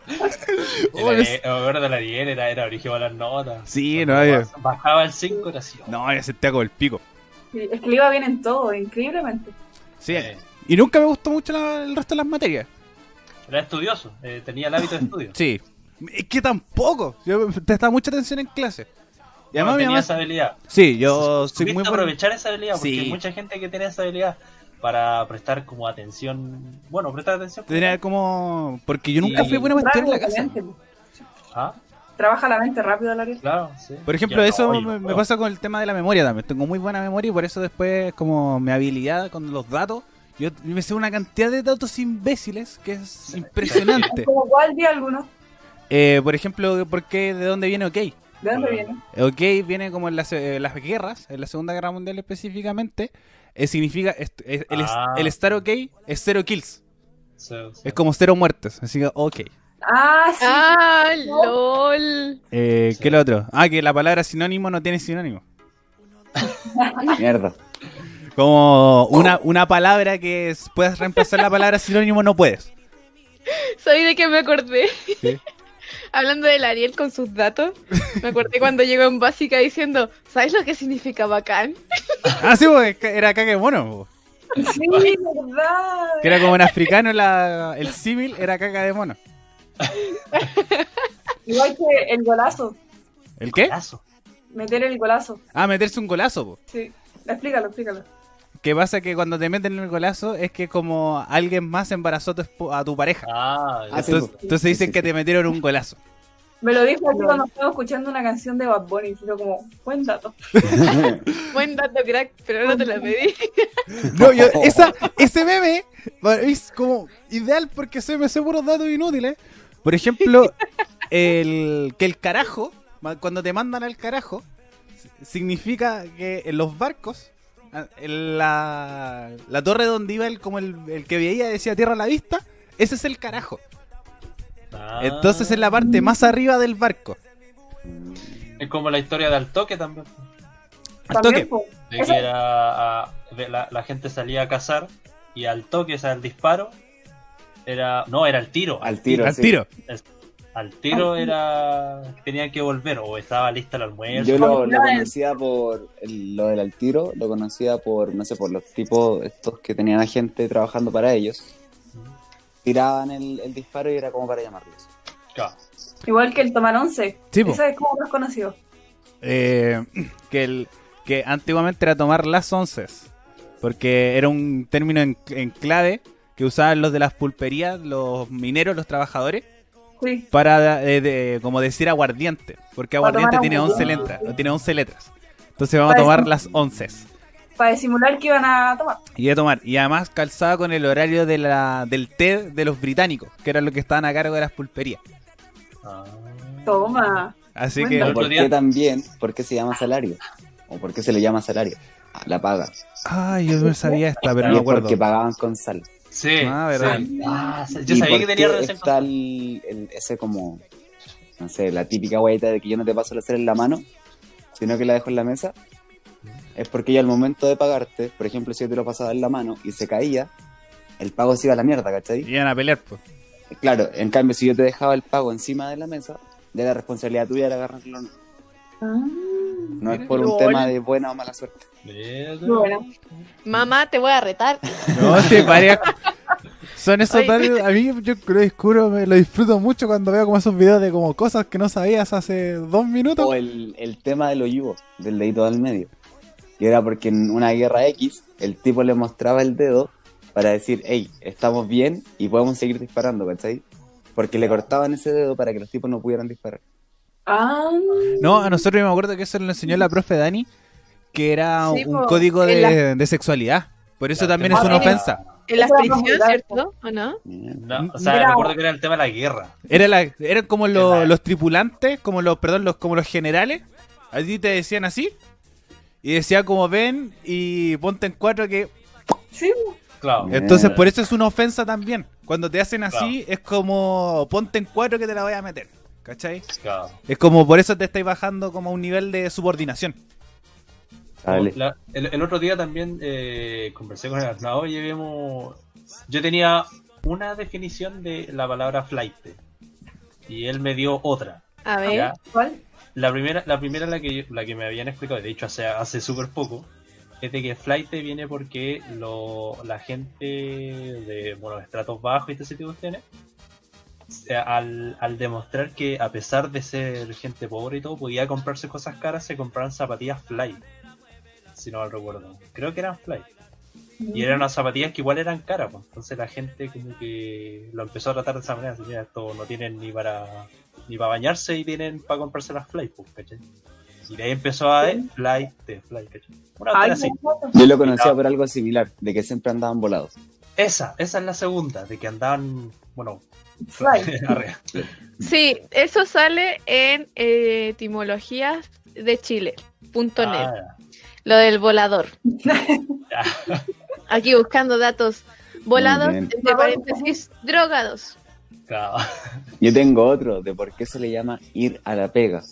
Era- eh, me acuerdo de la Ariel, era, era original las notas.
Sí, no,
Cuando
yo-
baj- Bajaba el 5, era así. oh,
No, yo sentía como el pico.
Sí, Es que le iba bien en todo, increíblemente.
Sí.
eh,
Y nunca me gustó mucho la- el resto de las materias.
Era estudioso, eh, tenía el hábito de estudio.
Sí. Es que tampoco. Yo prestaba mucha atención en clase. Y
No
además mi
tenía
mamá-
esa habilidad.
Sí, yo soy
Supiste
muy bueno.
aprovechar esa habilidad, porque
Sí.
hay mucha gente que tiene esa habilidad para prestar como atención. Bueno, prestar atención.
Tenía como. Porque yo nunca
Sí.
fui bueno para estudiar en la casa.
mente, po.
Ah,
Trabaja la mente rápido, Lariel.
claro, sí.
Por ejemplo,
Ya no,
eso
yo
me, me
puedo.
pasa con el tema de la memoria también. Tengo muy buena memoria y por eso después, como mi habilidad con los datos, yo me sé una cantidad de datos imbéciles que es impresionante.
Como cuál día alguno.
Eh, por ejemplo, ¿por qué, ¿de dónde viene OK?
¿De dónde
Claro.
viene?
Ok viene como en las, eh, las guerras, en la Segunda Guerra Mundial específicamente, eh, significa est- eh, el, est-
Ah.
el estar ok es cero kills.
So, so.
Es como cero muertes, así que, ok.
Ah, sí.
¡Ah, lol!
Eh,
Sí.
¿Qué es lo otro? Ah, que la palabra sinónimo no tiene sinónimo.
Mierda.
Como una, una palabra que es- puedas reemplazar la palabra sinónimo, no puedes.
¿Sabéis de qué me acordé?
¿Qué?
Hablando del Ariel con sus datos, me acordé cuando llegó en básica diciendo, ¿sabes lo que significa bacán?
Ah, sí, pues, ca- era caca de mono. po.
Sí, verdad.
Que era como en africano la, el símil era caca de mono.
Igual que el golazo.
¿El qué?
Golazo.
Meter el golazo.
Ah, meterse un golazo, po.
Sí. Explícalo, explícalo.
Que pasa que cuando te meten el golazo es que como alguien más embarazó a tu, espo- a tu pareja.
Ah,
Ah, sí,
Entonces,
po.
entonces dicen que te metieron un golazo.
Me lo dijo aquí
No.
cuando estaba escuchando una canción de Bad Bunny. y Yo como, buen dato.
Buen dato, crack, pero no te la pedí.
No, yo- esa, ese meme es como ideal porque se me hace puros datos inútiles. Por ejemplo, el, que el carajo, ma- cuando te mandan al carajo, significa que en los barcos, a- en la, la torre donde iba el, como el, el que veía decía tierra a la vista, ese es el carajo.
ah.
Entonces es la parte más arriba del barco.
Es como la historia de Altoque también.
Al
También,
toque.
po.
De
Eso-
que era, ah, de la, la gente salía a cazar y al toque, o sea, al disparo, era. No, era el tiro. Al,
Al tiro.
Al
sí.
tiro.
al tiro era. Tenían que volver o estaba lista el almuerzo.
Yo lo, lo
Claro.
conocía por el- lo del al tiro, lo conocía por, no sé, por los tipos estos que tenían a gente trabajando para ellos. Tiraban el, el disparo y era como para llamarlos.
Claro.
Igual que el tomar once.
Sí, po.
Ese es como más conocido.
Eh, que, el, que antiguamente era tomar las onces, porque era un término en, en clave que usaban los de las pulperías, los mineros, los trabajadores,
Sí.
para eh, de- como decir aguardiente, porque
Para
aguardiente
tomar Pues, mm.
tiene 11,
aguardiente.
letras, tiene 11 letras. Entonces vamos a tomar las onces.
Para disimular que iban a tomar.
Y a tomar, y además calzaba con el horario de la, del té de los británicos, que eran los que estaban a cargo de las pulperías.
Ah.
Toma.
Así
Bueno. pues,
que...
¿O
otro
por
día-
qué también? ¿Por qué se llama salario? ¿O por qué se le llama salario? Ah, La paga.
Ay, yo no sabía
pues.
esta, pero
Y
no me
es
acuerdo.
porque pagaban con sal.
Sí.
Ah,
sí.
verdad.
Ah, sí, yo
¿Y
sabía
por
que tenía
qué
relación
está
con.
el- el- ese como, no sé, la típica guayita de que yo no te paso la cera en la mano, sino que la dejo en la mesa. Es porque yo al momento de pagarte, por ejemplo, si yo te lo pasaba en la mano y se caía, el pago se iba a la mierda, ¿cachai?
Iban a pelear, pues.
Claro, en cambio, si yo te dejaba el pago encima de la mesa, ya la responsabilidad tuya era agarrarlo. No,
Ah,
No es por un
Lol.
tema de buena o mala suerte.
Mierda.
Muy buena.
Mamá, te voy a retar.
No, sí, varias. Son esos
Oye.
datos. A mí, yo lo descubro, me lo disfruto mucho cuando veo como esos videos de como cosas que no sabías hace dos minutos.
O el, el tema del hoyugo, del dedito del medio. Y era porque en una guerra X, el tipo le mostraba el dedo para decir, hey, estamos bien y podemos seguir disparando, ¿cachai? Porque le cortaban ese dedo para que los tipos no pudieran disparar.
Ah,
No, a nosotros me acuerdo que eso nos enseñó la profe Dani, que era
Sí,
un
po,
código de,
en la-
de sexualidad. Por eso también es
Ah,
una
mira.
ofensa.
En las
Eso era
prisiones,
popular,
¿cierto? ¿O no?
No, o sea,
Mira.
me acuerdo que era el tema de la guerra.
Era la, eran como
Qué
los,
raro.
los tripulantes, como los, perdón, los, como los generales. A ti te decían así. Y decía como ven y ponte en cuatro que
sí.
Claro.
Mierda.
Entonces, por eso es una ofensa también. Cuando te hacen así, es como ponte en cuatro que te la voy a meter. ¿Cachai?
claro.
Es como por eso te estáis bajando como a un nivel de subordinación.
Vale.
Oh, La- el, el otro día también eh, conversé con el Arnau y vimos. Yo tenía una definición de la palabra flight y él me dio otra.
A ver.
¿ya?
¿Cuál?
La primera, la primera la que yo- la que me habían explicado, de hecho hace hace súper poco, es de que flight viene porque lo, la gente de bueno, estratos bajos y todo ese tipo de cuestiones, eh, al, al demostrar que a pesar de ser gente pobre y todo, podía comprarse cosas caras, se compraban zapatillas flight. Si no mal recuerdo. Creo que eran flight. Y eran unas zapatillas que igual eran caras, pues. entonces la gente como que lo empezó a tratar de esa manera, así, mira, esto no tienen ni para ni para bañarse y tienen para comprarse las fly, pues, ¿cachai? Y de ahí empezó a eh, fly, te fly, ¿cachai? Una
Ay,
otra así.
qué
Yo lo conocía por algo similar, de que siempre andaban volados.
Esa, esa es la segunda, de que andaban, bueno,
fly.
arre.
Sí, eso sale en eh, etimologías de Chile. Punto net.
Ah,
Lo del volador.
ya.
Aquí buscando datos Volados,
Muy bien.
entre paréntesis, drogados.
Claro.
Yo tengo otro de por qué se le llama ir a la pega,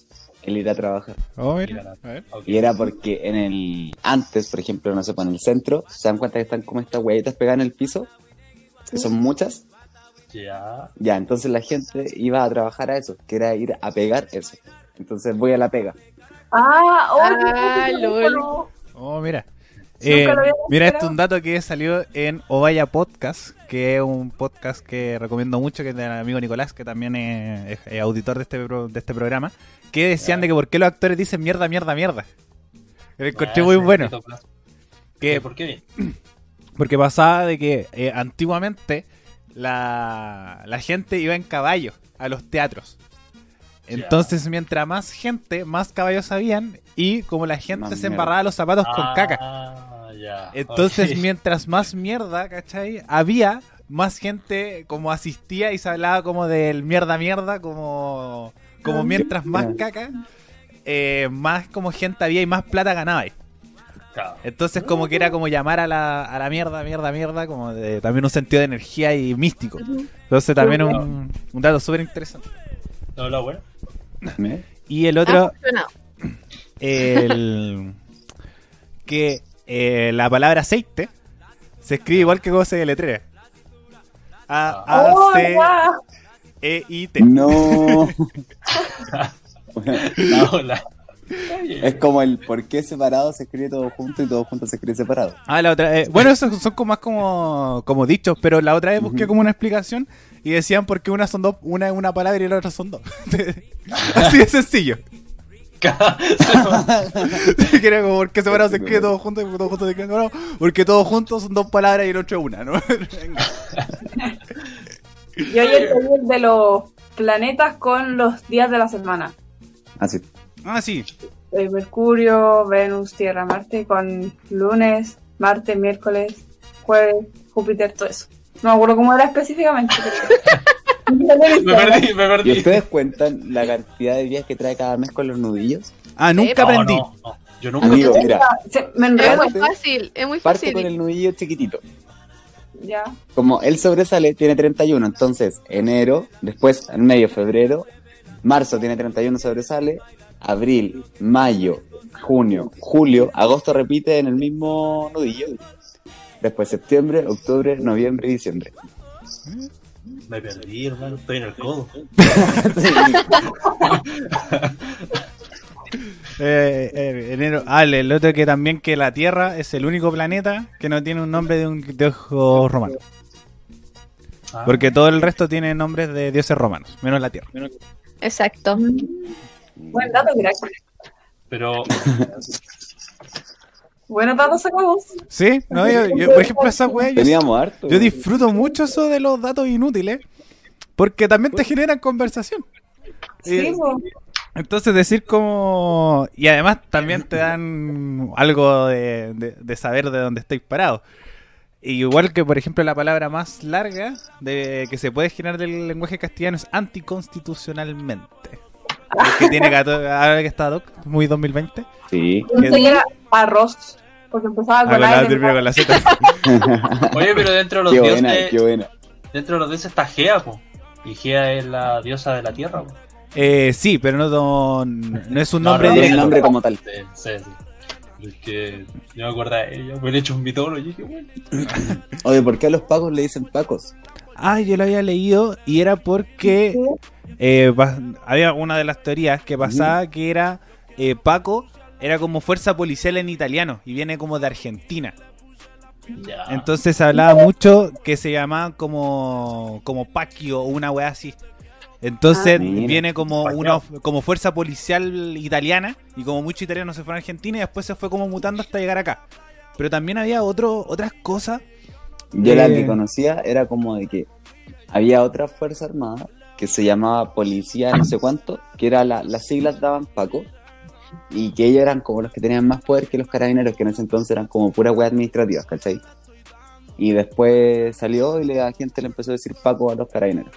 el ir a trabajar.
Oh, mira. A ver.
Ok.
Y era porque en el antes, por ejemplo, no sé, pues en el centro, se dan cuenta que están como estas huellitas pegadas en el piso, que son muchas.
Ya.
Ya, entonces la gente iba a trabajar a eso, que era ir a pegar eso. Entonces voy a la pega.
Ah, oh,
Ah,
qué rico.
lol.
Oh, mira.
Nunca
Eh,
lo había
mira, este es
considerado.
un dato que salió en Ovaya Podcast, que es un podcast que recomiendo mucho, que es del amigo Nicolás, que también es, es- es auditor de este, pro- de este programa, que decían de que por qué los actores dicen mierda, mierda, mierda. Lo encontré
Ah,
muy
sí,
bueno.
te tocó.
Que
¿Por qué bien?
Porque pasaba de que eh, antiguamente la, la gente iba en caballo a los teatros.
Ya.
Entonces, mientras más gente, más caballos habían. Y como la gente
Más
se
mierda.
embarraba los zapatos con caca.
Ah, ya.
Entonces,
Ok.
mientras más mierda, ¿cachai? Había, más gente como asistía y se hablaba como del mierda, mierda. Como, como
Ah,
mientras más caca, eh, más como gente había y más plata ganaba.
Claro.
Entonces como que era como llamar a la, a la mierda, mierda, mierda, como de, también un sentido de energía y místico.
Ujú.
Entonces también un, un dato súper interesante.
No, no, bueno.
¿Me?
Y el otro,
Ah, funcionado.
el que eh, la palabra aceite se escribe igual que como se deletrea.
Ah,
Oh,
A-A-C-E-I-T. E,
ya.
No.
No, la-
es como el por qué separado se escribe todo junto y todo junto se escribe separado.
Ah, la otra eh, Bueno, esos son como más como, como dichos, pero la otra vez busqué
Ujú.
como una explicación y decían porque una son dos, una es una palabra y la otra son dos. Así de sencillo. que era como porque separados se escribe todos juntos y todos juntos se escribe separado, porque todos juntos son dos palabras y el otro es una, ¿no?
Yo ayer pedí el de los planetas con los días de la semana.
Así.
ah, sí.
Eh, Mercurio, Venus, Tierra, Marte, con lunes, martes, miércoles, jueves, Júpiter, todo eso. No me acuerdo cómo era específicamente. pero-
me perdí, me
¿Y
perdí.
ustedes cuentan la cantidad de días que trae cada mes con los nudillos?
Ah, nunca
Epa.
No,
aprendí.
no, no. Yo nunca
Amigo, mira,
Se- me
Es
enredo.
muy fácil, es muy
parte
fácil.
con el nudillo chiquitito.
Ya.
Como él sobresale, tiene 31. Entonces, enero, después en medio febrero, marzo tiene 31, sobresale, abril, mayo, junio, julio, agosto repite en el mismo nudillo. Después septiembre, octubre, noviembre y diciembre.
me perdí, hermano. Estoy en el codo.
Eh, eh, enero. Ah, el- el otro que también que la Tierra es el único planeta que no tiene un nombre de un dios romano.
Ah,
Porque todo el resto tiene nombres de dioses romanos, menos la Tierra.
Exacto.
Buen dato, crack.
Pero
Buenos datos sacamos.
Sí, no, yo, yo, por ejemplo, esa weá yo,
Teníamos harto.
yo disfruto mucho eso de los datos inútiles, porque también te generan conversación.
Sí,
Eh,
pues.
Entonces decir como... Y además también te dan algo de, de- de saber de dónde estáis parados. Y Igual que, por ejemplo, la palabra más larga de, que se puede generar del lenguaje castellano es anticonstitucionalmente. Que tiene gato, ahora que está Doc, muy 2020.
Sí.
Yo pensé que era arroz. Porque empezaba
Ah,
con
con la-
aire.
termino con la Z.
Oye, pero dentro de los
Qué buena,
dioses,
qué buena.
dentro de los dioses está Gea, po. Y Gea es la diosa de la tierra, po.
Eh, sí, pero no, no, no es un
No,
nombre
no,
No
no,
tiene
directo.
nombre como tal.
Sí, sí, sí. Es que yo me acuerdo de ella, me han hecho un mitolo y dije, bueno.
Oye, ¿por qué a los pacos le dicen pacos?
Ah, yo lo había leído y era porque eh, ba- había una de las teorías que pasaba que era eh, Paco era como fuerza policial en italiano y viene como de Argentina.
Ya.
Ah.
Entonces se hablaba mucho que se llamaba como como Pacio o una weá así. Entonces
Ah. Mira.
viene como
Pacio.
una como fuerza policial italiana y como muchos italianos se fueron a Argentina y después se fue como mutando hasta llegar acá. Pero también había otro, otras cosas
Yo la
Eh.
que conocía era como de que había otra Fuerza Armada que se llamaba Policía no sé cuánto, que era la- las siglas daban Paco, y que ellos eran como los que tenían más poder que los carabineros, que en ese entonces eran como pura wea administrativa, ¿cachai? Y después salió y le- la gente le empezó a decir Paco a los carabineros.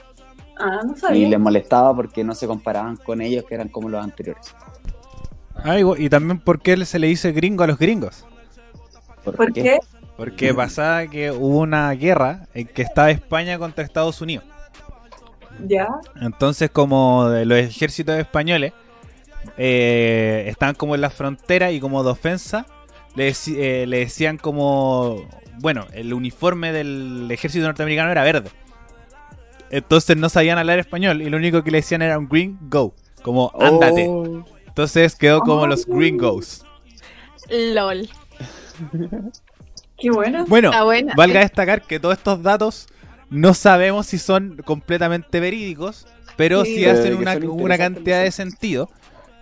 Ah, no
Y
sabía.
les molestaba porque no se comparaban con ellos, que eran como los anteriores.
Ah, y, y también por qué se le dice gringo a los gringos.
¿Por,
¿Por qué?
Porque pasaba que hubo una guerra en que estaba España contra Estados Unidos.
¿Ya?
Entonces, como de los ejércitos españoles eh, estaban como en la frontera y como de ofensa, le, deci- eh, le decían como, bueno, el uniforme del ejército norteamericano era verde. Entonces no sabían hablar español y lo único que le decían era un green go, como ándate.
Oh,
Entonces quedó como los green goes.
LOL.
Qué bueno.
Bueno,
Está buena.
Valga destacar que todos estos datos no sabemos si son completamente verídicos, pero sí,
Sí.
Eh,
hacen
que
una,
son
una cantidad de
interesantes.
sentido.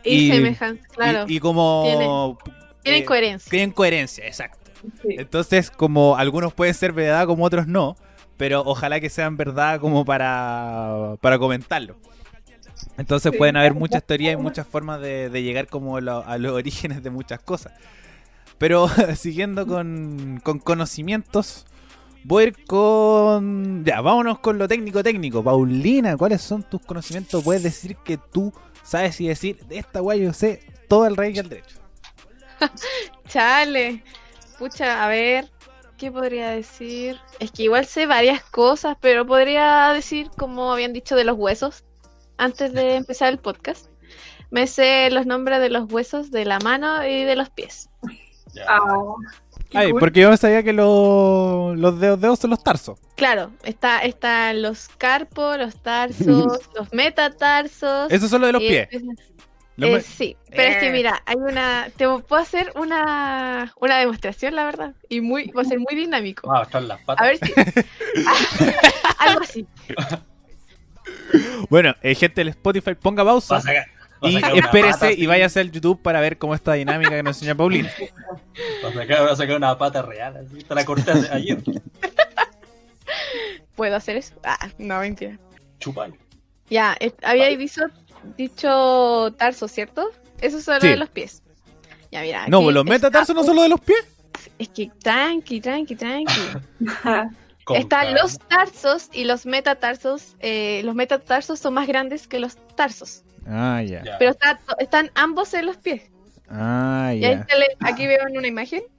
Y,
y-
semejanza,
y-
claro.
Y, como...
Tienen
eh,
coherencia.
tienen coherencia, exacto.
Sí.
Entonces, como algunos pueden ser verdad, como otros no, pero ojalá que sean verdad como para, para comentarlo. Entonces
Sí.
pueden haber muchas teorías y muchas formas de, de llegar como lo- a los orígenes de muchas cosas. Pero siguiendo con, con conocimientos, voy a ir con... Ya, vámonos con lo técnico-técnico. Paulina, ¿cuáles son tus conocimientos? Puedes decir que tú sabes y decir, de esta guay yo sé todo el rey y el derecho.
Chale. Pucha, a ver, ¿qué podría decir? Es que igual sé varias cosas, pero podría decir, como habían dicho, de los huesos, antes de empezar el podcast. Me sé los nombres de los huesos de la mano y de los pies.
Ya.
Ah, qué
Ay,
cool.
porque yo no sabía que lo- los dedos, dedos son los tarsos.
Claro, está, están los carpos, los tarsos, los metatarsos.
Esos son los de los
y
pies.
empieza-
Los
Eh,
me-
sí, pero es que mira, hay una, te puedo hacer una, una demostración, la verdad, y muy, va a ser muy dinámico.
Vamos a mostrar las patas.
A ver si, algo así.
Bueno, eh, gente del Spotify, ponga pausa
Va a sacar- va a
y
sacar una pata,
espérese y váyase al YouTube para ver cómo esta dinámica que nos enseña Paulina.
Va a sacar, va a sacar una pata real. Así. Te la corté hace- ayer.
¿Puedo hacer eso? Ah, no, mentira.
Chupal.
Ya, eh, había dicho, dicho tarso, ¿cierto? Eso es solo
Sí.
de los pies. Ya, mira.
No,
aquí
los
está-
metatarsos no son los de los pies.
Es que tranqui, tranqui, tranqui.
Con
Están
calma.
los tarsos y los metatarsos. eh, los metatarsos son más grandes que los tarsos.
Ah, ya.
Ya.
Pero está- están ambos en los pies.
Ah,
Y ahí
ya.
se le- aquí veo en una imagen.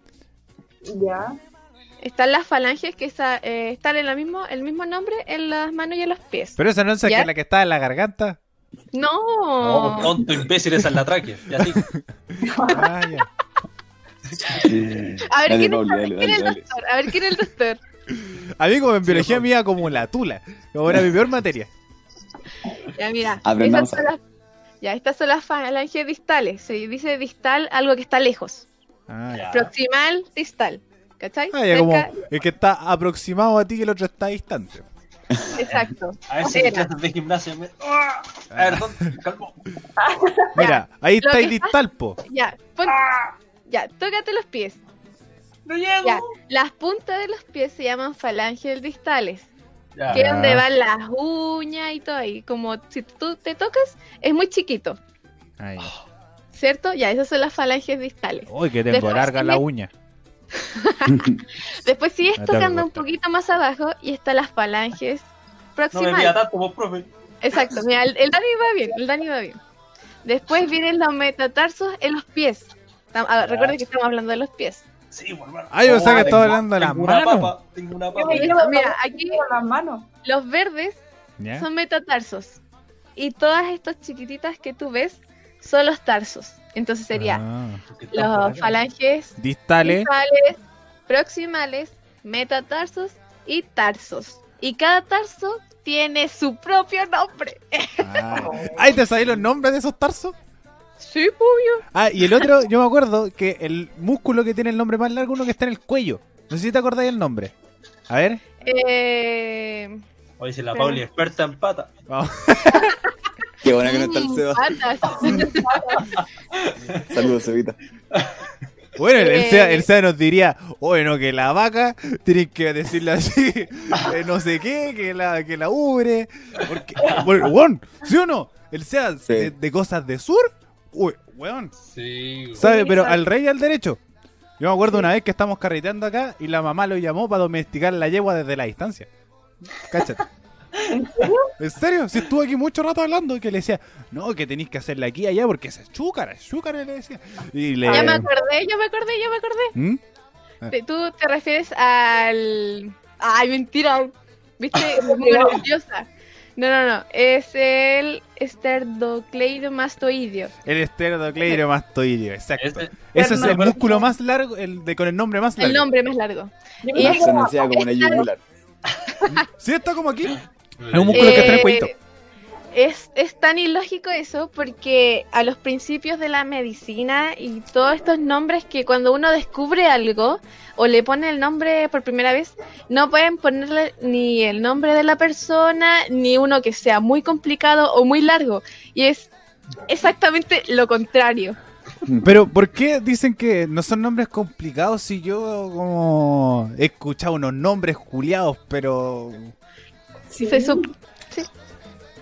Ya.
Están las falanges que está, eh, están en la mismo, el mismo nombre en las manos y en los pies.
Pero esa no es la
¿Ya?
que- la que está en la garganta.
No.
Oh,
No, Oh, tonto imbécil, esa es la tráquea. Ya sí.
Ah, ya.
A ver,
Dale,
¿quién, es-
Pauli, dale,
quién es
dale,
el
dale.
doctor? A ver, ¿quién es el doctor?
A mí como en
Sí,
biología
Paul.
me iba como la tula. Como era mi peor materia.
Ya, mira.
Aprendamos
Esas son las, ya, estas son las falanges distales. Se dice distal algo que está lejos.
Ah, ya.
Ya.
Proximal, distal. ¿Cachai?
Ah, ya, como
Cerca-
el que está aproximado a ti y el otro está distante.
Exacto.
A ver si en
Era.
clases de gimnasia. me- ¡Ah! A ver, tonto, calmo.
Mira, ahí
Lo
está el
que está-
distal, po.
Ya, pon-
Ah.
ya, tócate los pies.
No llego.
Ya, las puntas de los pies se llaman falanges distales.
Ya.
que es
Ah.
donde van las uñas y todo ahí. Como si tú te tocas, es muy chiquito,
Ay,
¿cierto? Ya, esas son las falanges distales.
Uy, que tengo
Después
larga la
tiene-
uña.
Después sigues
Ah, te
tocando un
gusta.
poquito más abajo y están las falanges
No me pida
proximales.
tanto, vos, profe.
Exacto, mira, el, el Dani va bien, el Dani va bien. Después vienen los metatarsos en los pies. Tam- ah, Recuerden que estamos hablando de los pies.
Sí, bueno,
Ay, o sea que estaba hablando de la
tengo una
mano.
papa, tengo una papa.
Ay,
Esto, mira, aquí
Con las manos.
los verdes
¿Ya?
son metatarsos. Y todas estas chiquititas que tú ves son los tarsos. Entonces sería
Ah.
Porque está por
los
acá.
falanges
Distales.
Distales, proximales, metatarsos y tarsos. Y cada tarso tiene su propio nombre.
Ah. Ay, ¿te sabéis los nombres de esos tarsos?
Sí, obvio.
Ah, y el otro, yo me acuerdo que el músculo que tiene el nombre más largo es uno que está en el cuello. No sé si te acordáis el nombre. A ver.
Eh,
Hoy dice la Pauli experta en pata.
vamos.
Qué bueno que no está el
mm,
Seba.
patas.
Saludos, Sebita.
Bueno, el- el
Eh.
SEA, el SEA nos diría, oye, no, que la vaca, tienes que decirle así, eh, no sé qué, que la, que la ubre. Porque, bueno, weón, ¿sí o no? El SEA
Sí.
de, de cosas de sur, uy, weón.
Sí, güey.
¿Sabe?
Sí,
Pero
exacto.
al rey y al derecho. Yo me acuerdo una vez que estamos carreteando acá y la mamá lo llamó para domesticar la yegua desde la distancia. Cáchate. ¿En serio? Si estuvo aquí mucho rato hablando y que le decía, no, que tenéis que hacerla aquí y
Ah,
allá porque es chúcara, chúcara le decía. Y le...
Ya me acordé, ya me acordé, ya me acordé.
¿Mm?
Te- Tú te refieres al. Ay, mentira. Viste, me pongo nerviosa. No, no, no. Es el esterdocleidomastoideo.
El esternocleidomastoideo, exacto.
Ese-
Ese es el
Esterno-
músculo más largo, el de, con el nombre más largo.
El nombre más largo.
Yo
Y
creo
es-
que
Se
era-
nacía como una yugular.
Sí, está como aquí. Es un músculo que
Eh,
está en el cuellito.
Es, es tan ilógico eso porque a los principios de la medicina y todos estos nombres que cuando uno descubre algo o le pone el nombre por primera vez, no pueden ponerle ni el nombre de la persona ni uno que sea muy complicado o muy largo. Y es exactamente lo contrario.
Pero, ¿por qué dicen que no son nombres complicados si yo como he escuchado unos nombres juliados, pero...
sí.
Se sup-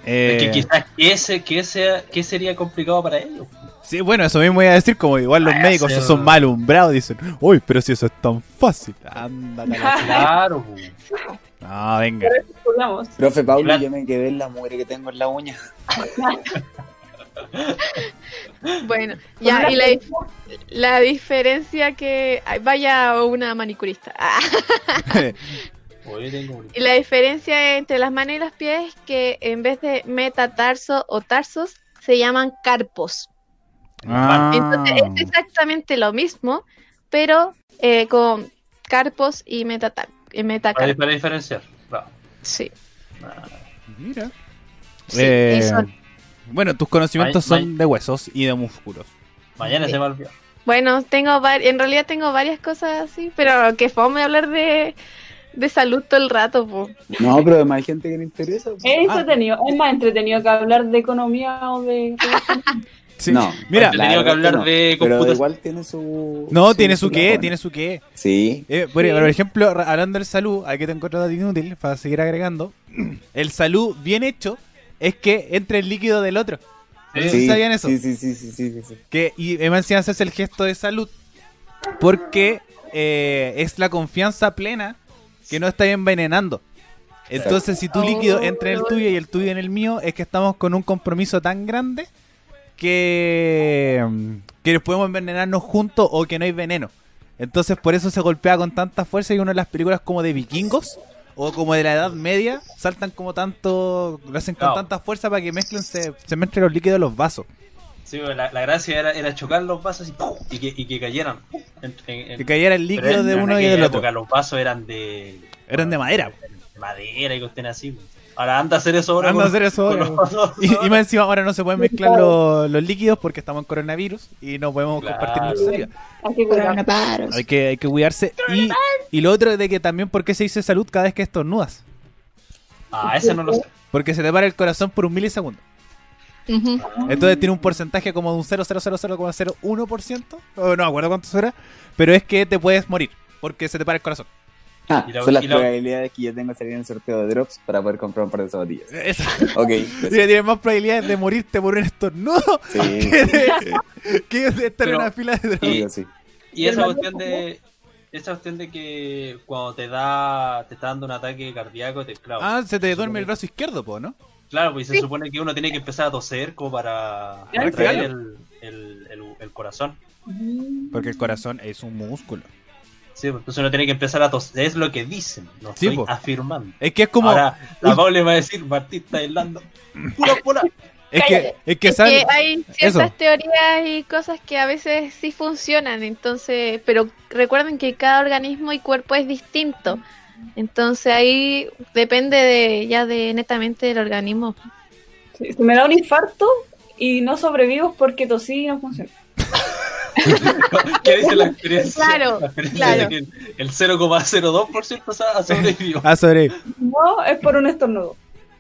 eh,
Es que quizás, ¿qué, se- qué sea- qué sería complicado para ellos?
sí, bueno, eso mismo iba a decir, como igual los
Ah,
médicos
sí,
son
no.
mal umbrados, dicen, uy, pero si eso es tan fácil. Anda, carajo.
Claro, po.
no, venga.
Hablamos.
Profe Pablo,
Claro.
yo me quedé en la mugre que tengo en la uña.
bueno, ya, y la, la diferencia que... ay, Vaya una manicurista. Ah,
Ah.
Hoy tengo un-
Y la diferencia entre las manos y los pies es que en vez de metatarso o tarsos se llaman carpos.
Ah.
Entonces es exactamente lo mismo, pero eh, con carpos y metatar y
Para,
metacarpos.
para diferenciar. No.
Sí.
Mira.
Sí,
Eh,
y son-
Bueno, tus conocimientos
May-
son de huesos y de músculos.
Mañana
Sí.
se va a olvidar.
Bueno, tengo var- en realidad tengo varias cosas así, pero que fome hablar de, de salud todo el rato. po.
No, pero además hay gente que le interesa. pues.
Es entretenido, es más entretenido que hablar de economía o de...
Sí.
No,
Mira,
Te he tenido
la
que
verdad
hablar
no,
de
Pero
computación.
igual tiene su.
No, tiene su qué,
lado,
tiene su qué.
Sí.
Eh, por,
Sí.
por ejemplo, ra- hablando del salud, aquí te encuentro dato inútil para seguir agregando. El salud bien hecho es que entre el líquido del otro.
Sí.
Sí. ¿Sabían eso?
Sí, sí, sí, sí, sí, sí, sí.
Que, y además encima haces el gesto de salud porque eh, es la confianza plena que no está envenenando. Entonces, si tu líquido entre en el tuyo y el tuyo en el mío, es que estamos con un compromiso tan grande que, que podemos envenenarnos juntos o que no hay veneno. Entonces, por eso se golpea con tanta fuerza y una de las películas como de vikingos o como de la Edad Media saltan como tanto, lo hacen con
Claro.
tanta fuerza para que mezclen, se, se mezclen los líquidos de los vasos.
Sí, pero la, la gracia era, era chocar los vasos y, ¡pum! y, que, y que cayeran. En- en- en-
Que cayera el
pero
líquido
en-
de
en
uno y
aquella
del otro.
época los vasos eran de.
Eran de madera.
de madera y cuestiones así. po. Ahora anda a hacer eso ahora.
Anda
con-
a hacer eso
con
ahora,
los
po.
vasos.
Y, y más encima ahora no se pueden mezclar los, los líquidos porque estamos en coronavirus y no podemos
Claro.
compartir mucha saliva.
Hay que cuidar.
Hay que, hay que cuidarse. Y, y lo otro de que también, ¿por qué se dice salud cada vez que estornudas?
Ah, ese no lo sé.
Porque se te para el corazón por un milisegundo.
Ujú.
Entonces tiene un porcentaje como de un 0,000,01%. O no me acuerdo cuánto será. Pero es que te puedes morir porque se te para el corazón.
Ah,
Y la-
son las
y la-
probabilidades que yo tengo de salir en el sorteo de Drops para poder comprar un par de zapatillas.
Eso.
Ok.
Mira, Tienes más probabilidades de morirte por un estornudo
Sí,
que de, que de estar
Pero-
en una fila de
sí, sí.
Y esa cuestión de. Esa cuestión de que cuando te da. Te está dando un ataque cardíaco, te claro.
Ah, se te duerme el brazo izquierdo, po, ¿no?
Claro, pues se supone que uno tiene que empezar a toser como para
Claro,
atraer
claro.
el, el, el- el corazón.
Porque el corazón es un músculo.
Sí, pues, entonces uno tiene que empezar a toser. Es lo que dicen, no
Sí,
estoy
po.
afirmando.
Es que es como.
Ahora, la
Uy.
Pauli va a decir, Martín está aislando. Pura, pura.
es que, es que
Es
sale-
que hay ciertas
eso.
teorías y cosas que a veces sí funcionan, entonces, pero recuerden que cada organismo y cuerpo es distinto. Entonces ahí depende de ya de netamente del organismo.
Si me da un infarto y no sobrevivo porque tosí y no funciona.
¿Qué dice la experiencia?
Claro,
La experiencia de
claro.
que El 0,02% ha sobrevivido.
Ah, sobre.
No, es por un estornudo.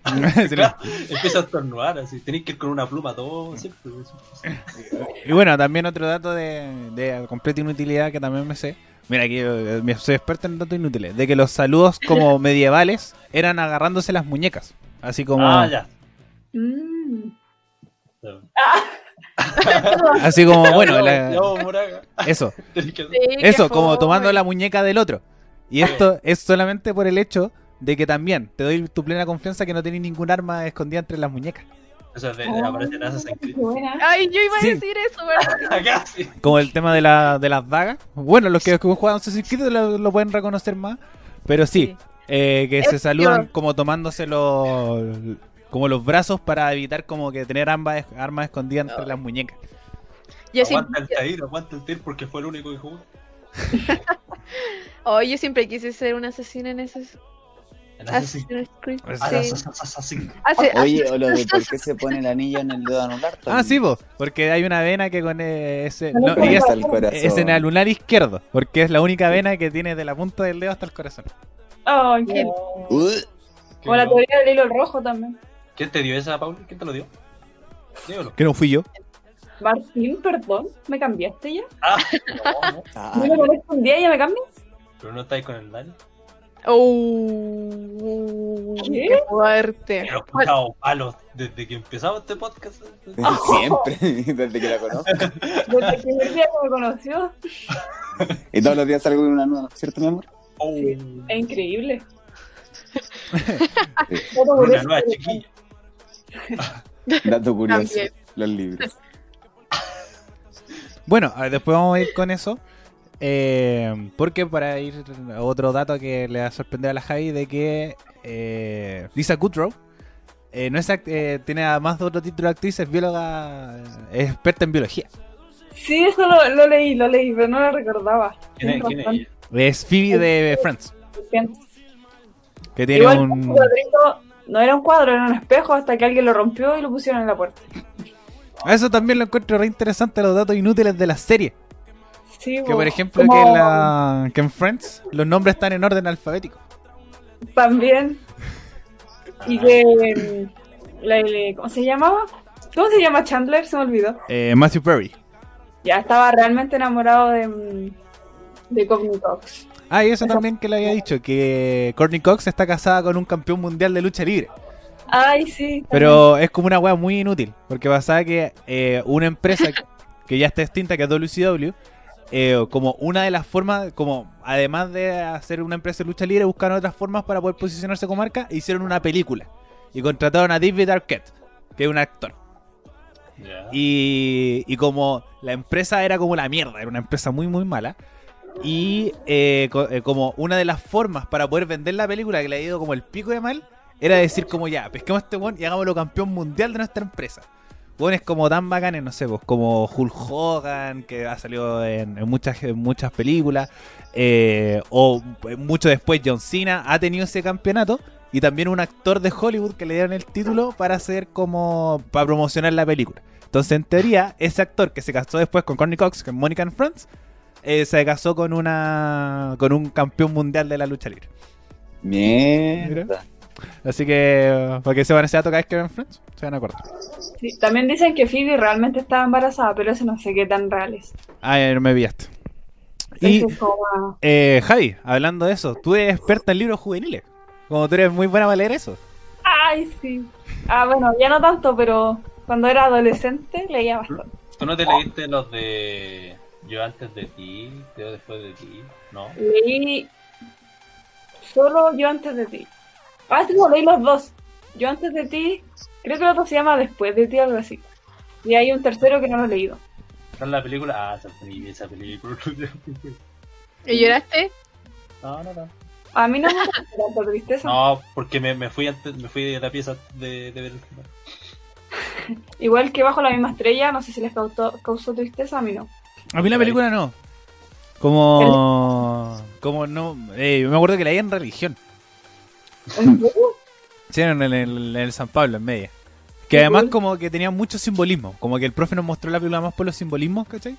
Se le-
Claro, empieza a estornudar, así. Tenéis que ir con una pluma todo. pues, siempre, siempre.
y bueno, también otro dato de, de completa inutilidad que también me sé. Mira, aquí yo, me- soy experto en datos inútiles. De que los saludos como medievales eran agarrándose las muñecas. Así como,
Ah, ya.
Mm.
así como Ah, bueno,
Ya,
la-
ya, Moraga.
eso.
Tenés que hacer-
Eso, como tomando la muñeca del otro. Y
Sí.
esto es solamente por el hecho de que también te doy tu plena confianza que no tenés ningún arma escondida entre las muñecas.
Eso es de,
Oh.
de la pared de NASA San
Qué
Cristo.
buena.
Ay, yo iba a
Sí.
decir eso, ¿verdad?
Acá sí.
Como el tema de, la, de las dagas. Bueno, los que, que juegan Assassin's Creed lo, lo pueden reconocer más. Pero sí,
Sí.
eh, que se
Es
saludan
peor.
como tomándose los, como los brazos para evitar como que tener ambas armas escondidas entre las muñecas.
Yo
aguanta
siempre,
el Tair, aguanta el Tair porque fue el único que jugó.
oh, yo siempre quise ser una asesina en ese
El Assassin's
Assassin's Creed.
Ah,
Creed.
Sí.
Assassin's Creed.
Hace-
Oye, o lo de por qué se pone el anillo en el dedo anular.
Ah, sí, vos, porque hay una vena que con eh, ese...
No,
no,
pero
y es,
esa-
el corazón.
es en el lunar izquierdo, porque es la única vena que tiene de la punta del dedo hasta el corazón.
Ay, qué-
Uh,
Qué
O la
loco.
teoría del hilo rojo también.
¿Quién te dio esa, Pauli? ¿Quién te lo dio? Dígalo.
Que no fui yo.
Martín, perdón, ¿me cambiaste ya?
Ah, no, no.
ah,
¿No me conozco un día y ya me cambias?
Pero no está ahí con el Dani.
Oh,
¿Qué?
qué fuerte.
Pero he escuchado palos desde que empezaba este podcast.
Siempre, desde que la conozco.
Desde el primer día que me conoció.
Y todos los días salgo con una nueva, ¿cierto, mi amor?
Oh,
Eh,
Es increíble.
Sí.
Todo por
una
eso.
eh,
nueva chiquilla.
Dato curioso.
También.
Los libros.
Bueno, a ver, después vamos a ir con eso. Eh, porque para ir a otro dato que le va a sorprender a la Javi de que eh, Lisa Kudrow eh, no es act- eh, tiene además de otro título de actriz, es bióloga, eh, es experta en biología.
Sí, eso lo, lo leí, lo leí, pero no lo recordaba.
¿Quién es, quién es ella?
Es Phoebe de Friends, que tiene
Igual un
un...
cuadrito no era un cuadro, era un espejo hasta que alguien lo rompió y lo pusieron en la puerta.
A Eso también lo encuentro re interesante, los datos inútiles de la serie.
Sí,
Que
bo-
por ejemplo que,
como-
en la, que en Friends los nombres están en orden alfabético.
También. Y que. mm, la- la- ¿Cómo se llamaba? ¿Cómo se llama Chandler? Se me olvidó.
Eh, Matthew Perry.
Ya estaba realmente enamorado de. mm, de Courtney Cox.
Ah, y eso también que le había dicho, que Courtney Cox está casada con un campeón mundial de lucha libre.
Ay, sí.
Pero es como una wea muy inútil, porque pasaba que eh, una empresa que- que ya está extinta, que es WCW, eh, como una de las formas, como además de hacer una empresa de lucha libre, buscaron otras formas para poder posicionarse como marca e hicieron una película. Y contrataron a David Arquette, que es un actor.
Ya.
Y, y como la empresa era como la mierda, era una empresa muy, muy mala. Y eh, co- eh, como una de las formas para poder vender la película que le ha ido como el pico de mal, era decir como ya, pesquemos a este weón y hagámoslo campeón mundial de nuestra empresa. Weones como tan bacanes, no sé, pues, como Hulk Hogan, que ha salido en, en muchas, en muchas películas, eh, o eh, mucho después John Cena ha tenido ese campeonato, y también un actor de Hollywood que le dieron el título para hacer como, para promocionar la película. Entonces, en teoría, ese actor que se casó después con Courtney Cox, con Monica and Friends, eh, se casó con una con un campeón mundial de la lucha libre.
Mierda.
Así que, eh, para que se van a ese dato cada vez que ven Friends, se van a acordar.
Sí, También dicen que Phoebe realmente estaba embarazada, pero eso no sé qué tan real es.
Ah, ya no me pillaste. Y,
Eso es como, ah,
eh, Javi, hablando de eso, tú eres experta en libros juveniles. Como tú eres muy buena para leer eso.
Ay, sí. Ah, bueno, ya no tanto, pero cuando era adolescente leía bastante.
¿Tú no te leíste los de Yo antes de ti, Yo después de ti? No.
Leí solo yo antes de ti. Ah, sí, no, leí los dos. Yo antes de ti, creo que el otro se llama después de ti, algo así. Y hay un tercero que no lo he leído.
¿Está en la película? Ah, esa película. Esa película.
¿Y lloraste?
No, no, no.
A mí no me gusta tanta tristeza.
No, porque me, me fui antes, me fui de la pieza de, de ver el final.
Igual que bajo la misma estrella, no sé si les cautó- causó tristeza, a mí no.
A mí la película no. Como. Como no. eh, yo me acuerdo que leí en religión. Sí, en el, en el- en el San Pablo, en media. Que además como que tenía mucho simbolismo. Como que el profe nos mostró la película más por los simbolismos, ¿cachai?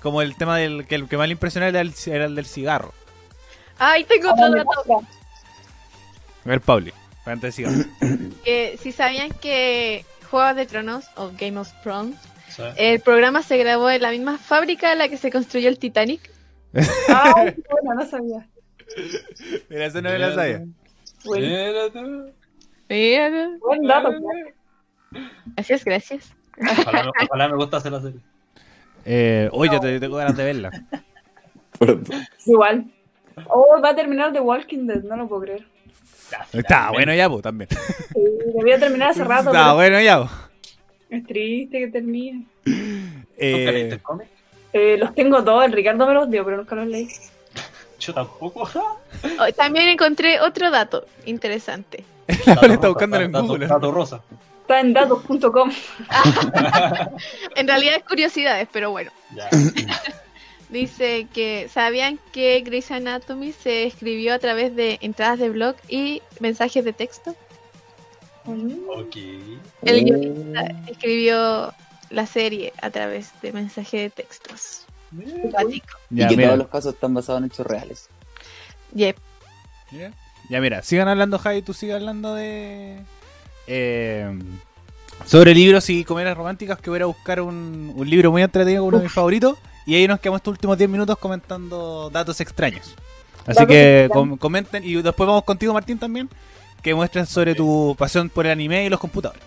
Como el tema del que el que más le impresionó era el, era el del cigarro.
Ay,
Ah,
tengo otro dato.
El Pauli. Antes del cigarro.
Que si sabían que Juegos de Tronos o Game of Thrones,
Eh,
¿sabes?
el programa se grabó en la misma fábrica en la que se construyó el Titanic.
Ay, Ah, bueno, no sabía.
Mira, eso no me lo sabía.
Bueno,
Mira tú.
Mira.
buen dato. claro.
Gracias, gracias.
Ojalá, me- ojalá me gusta hacer la serie.
Eh, oye, yo te- tengo ganas de verla.
Por-
Igual. Oh, va a terminar The Walking Dead, no lo puedo creer.
Está bueno ya, po, también.
Sí, debía terminar hace rato.
Está
pero
bueno ya, pues. po.
Es triste que termine.
¿Nunca
Eh,
leíste el cómic?
Eh, los tengo todos, el Ricardo me los dio, pero nunca los leí.
Yo tampoco. ja.
Oh, También encontré otro dato interesante.
La
Dato
Paula está
rosa,
buscándolo en
dato-
Google.
Dato rosa.
Está en datos.com.
En realidad es curiosidades, pero bueno.
Ya.
Dice que sabían que Grey's Anatomy se escribió a través de entradas de blog y mensajes de texto.
Ok.
Oh.
El guionista escribió la serie a través de mensajes de textos. Cuático.
Ya,
y que
mira.
todos los casos están basados en hechos reales.
Yep.
Mira. Ya mira, sigan hablando Javi, tú sigas hablando de... eh, sobre libros y comedias románticas que voy a ir a buscar un, un libro muy entretenido, uno de mis favoritos. Y ahí nos quedamos estos últimos 10 minutos comentando datos extraños. Así
Datos
que
extraños.
com- comenten y después vamos contigo Martín también, que muestren sobre tu pasión por el anime y los computadores.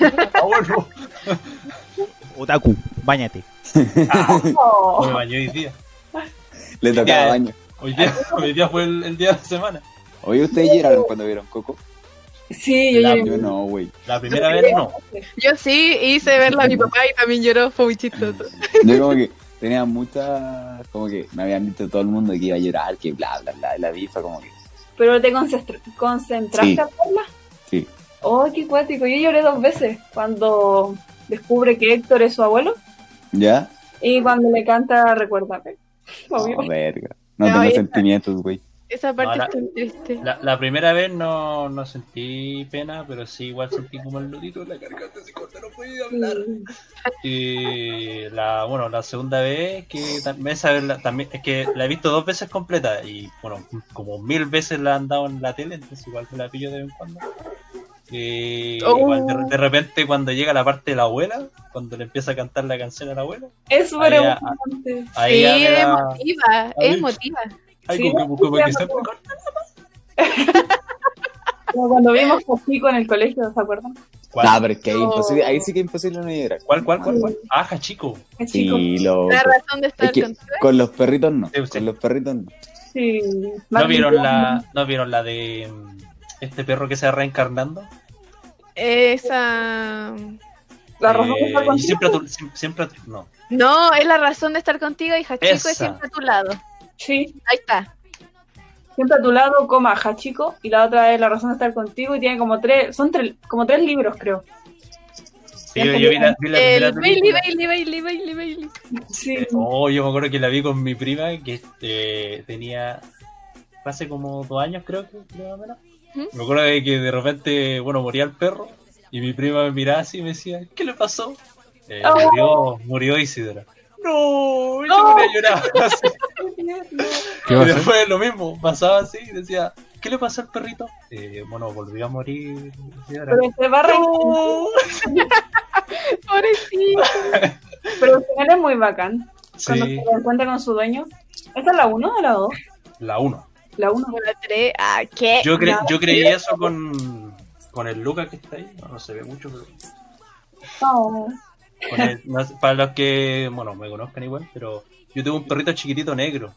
Ah, bueno.
Otaku, bañate.
Oh,
Me bañé hoy día.
Le tocaba
Ya.
baño.
Hoy día, hoy día fue el, el día de la semana.
Oye, ¿ustedes lloraron cuando vieron Coco? Ah,
sí, yo
La-
lloré.
Yo no, güey.
La primera vez no.
Yo sí hice verla a mi papá y también lloró, fue muy chistoso.
Yo como que tenía muchas... Como que me habían dicho todo el mundo que iba a llorar, que bla, bla, bla. y La bifa como que...
Pero te concentr- concentraste
Sí.
a verla.
Sí.
Oh, qué cuático. Yo lloré dos veces cuando descubre que Héctor es su abuelo
¿Ya?
y cuando le canta Recuérdame. Obvio.
Ah,
No, verga. No
No,
tengo
esa-
sentimientos, güey.
Esa parte
Ahora-
es tan triste.
La, la primera vez no, no sentí pena, pero sí igual sentí como el nudito en la garganta se corta, no podía hablar.
Sí.
Y la, bueno, la segunda vez que también esa vez la- también es que la he visto dos veces completa y bueno, como mil veces la han dado en la tele, entonces igual que la pillo de vez en cuando. Y
Oh.
igual de, de repente cuando llega la parte de la abuela, cuando le empieza a cantar la canción a la abuela,
Es súper
Ahí ya-
emocionante.
ahí
Sí,
ya me
es
da-
emotiva, es emotiva.
ay,
Sí,
como que- como que
sí,
se-
Como cuando vimos Pico en el colegio, ¿se acuerdan?
¿Cuál?
No, pero es que ahí,
No.
imposible, ahí sí que es imposible no llorar.
¿Cuál, cuál, cuál, cuál? Ajá, chico.
Es chico.
Sí, loco.
La razón de
Es
estar
que
con
con los perritos no.
Sí, sí.
Con los perritos no.
Sí.
¿No
Martin
vieron la,
Brandon.
¿No vieron la de mm, este perro que se va reencarnando?
esa...
La razón
Eh,
de estar
y
contigo.
siempre a tu, siem- siempre a tu- no.
No, es la razón de estar contigo, hija chico, es
Esa.
siempre a tu lado.
Sí.
Ahí está.
Siempre a tu lado, coma, Hachiko. Y la otra es la razón de estar contigo. Y tiene como tres, son tres, como tres libros, creo.
Sí, yo, yo vi la, vi la primera
El Bailey,
película.
Bailey, Bailey, Bailey, Bailey.
Sí.
Eh, Oh, yo me acuerdo que la vi con mi prima que eh, tenía hace como dos años creo que creo más o menos.
Ujú.
Me acuerdo de que de repente, bueno, moría el perro y mi prima me miraba así y me decía, ¿qué le pasó? Eh,
Ah.
Oh.
murió, murió Isidora. No, y yo
No.
me ponía a llorar. así. Y después lo mismo, pasaba así y decía, ¿qué le pasó al perrito? Eh, bueno, volvió a morir. Isidora.
Pero se va a reír.
No.
Pobrecito.
Pero al final es muy bacán. Cuando
Sí,
se lo encuentra con su dueño. ¿Esta es la 1 o la 2?
la uno.
La 1.
Como la tres. Ah, ¿qué?
Yo, cre-
No.
yo creí eso con, con el Lucas que está ahí. No, no se ve mucho, pero.
No.
con el- no sé, para los que, bueno, me conozcan igual, pero yo tuve un perrito chiquitito negro.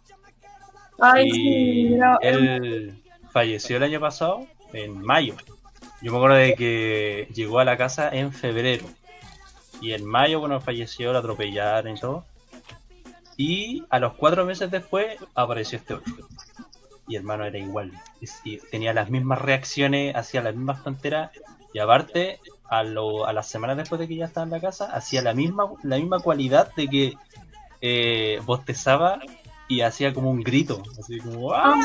Ay, sí.
Y
Mira, em.
él falleció el año pasado, en mayo. Yo me acuerdo de que llegó a la casa en febrero. Y en mayo, bueno, falleció, lo atropellaron y todo. Y a los cuatro meses después apareció este otro. Y hermano era igual. Y sí, tenía las mismas reacciones, hacía las mismas tonteras. Y aparte, a, lo- a las semanas después de que ya estaba en la casa, hacía la misma, la misma cualidad de que eh, bostezaba y hacía como un grito. Así como ¡Ah!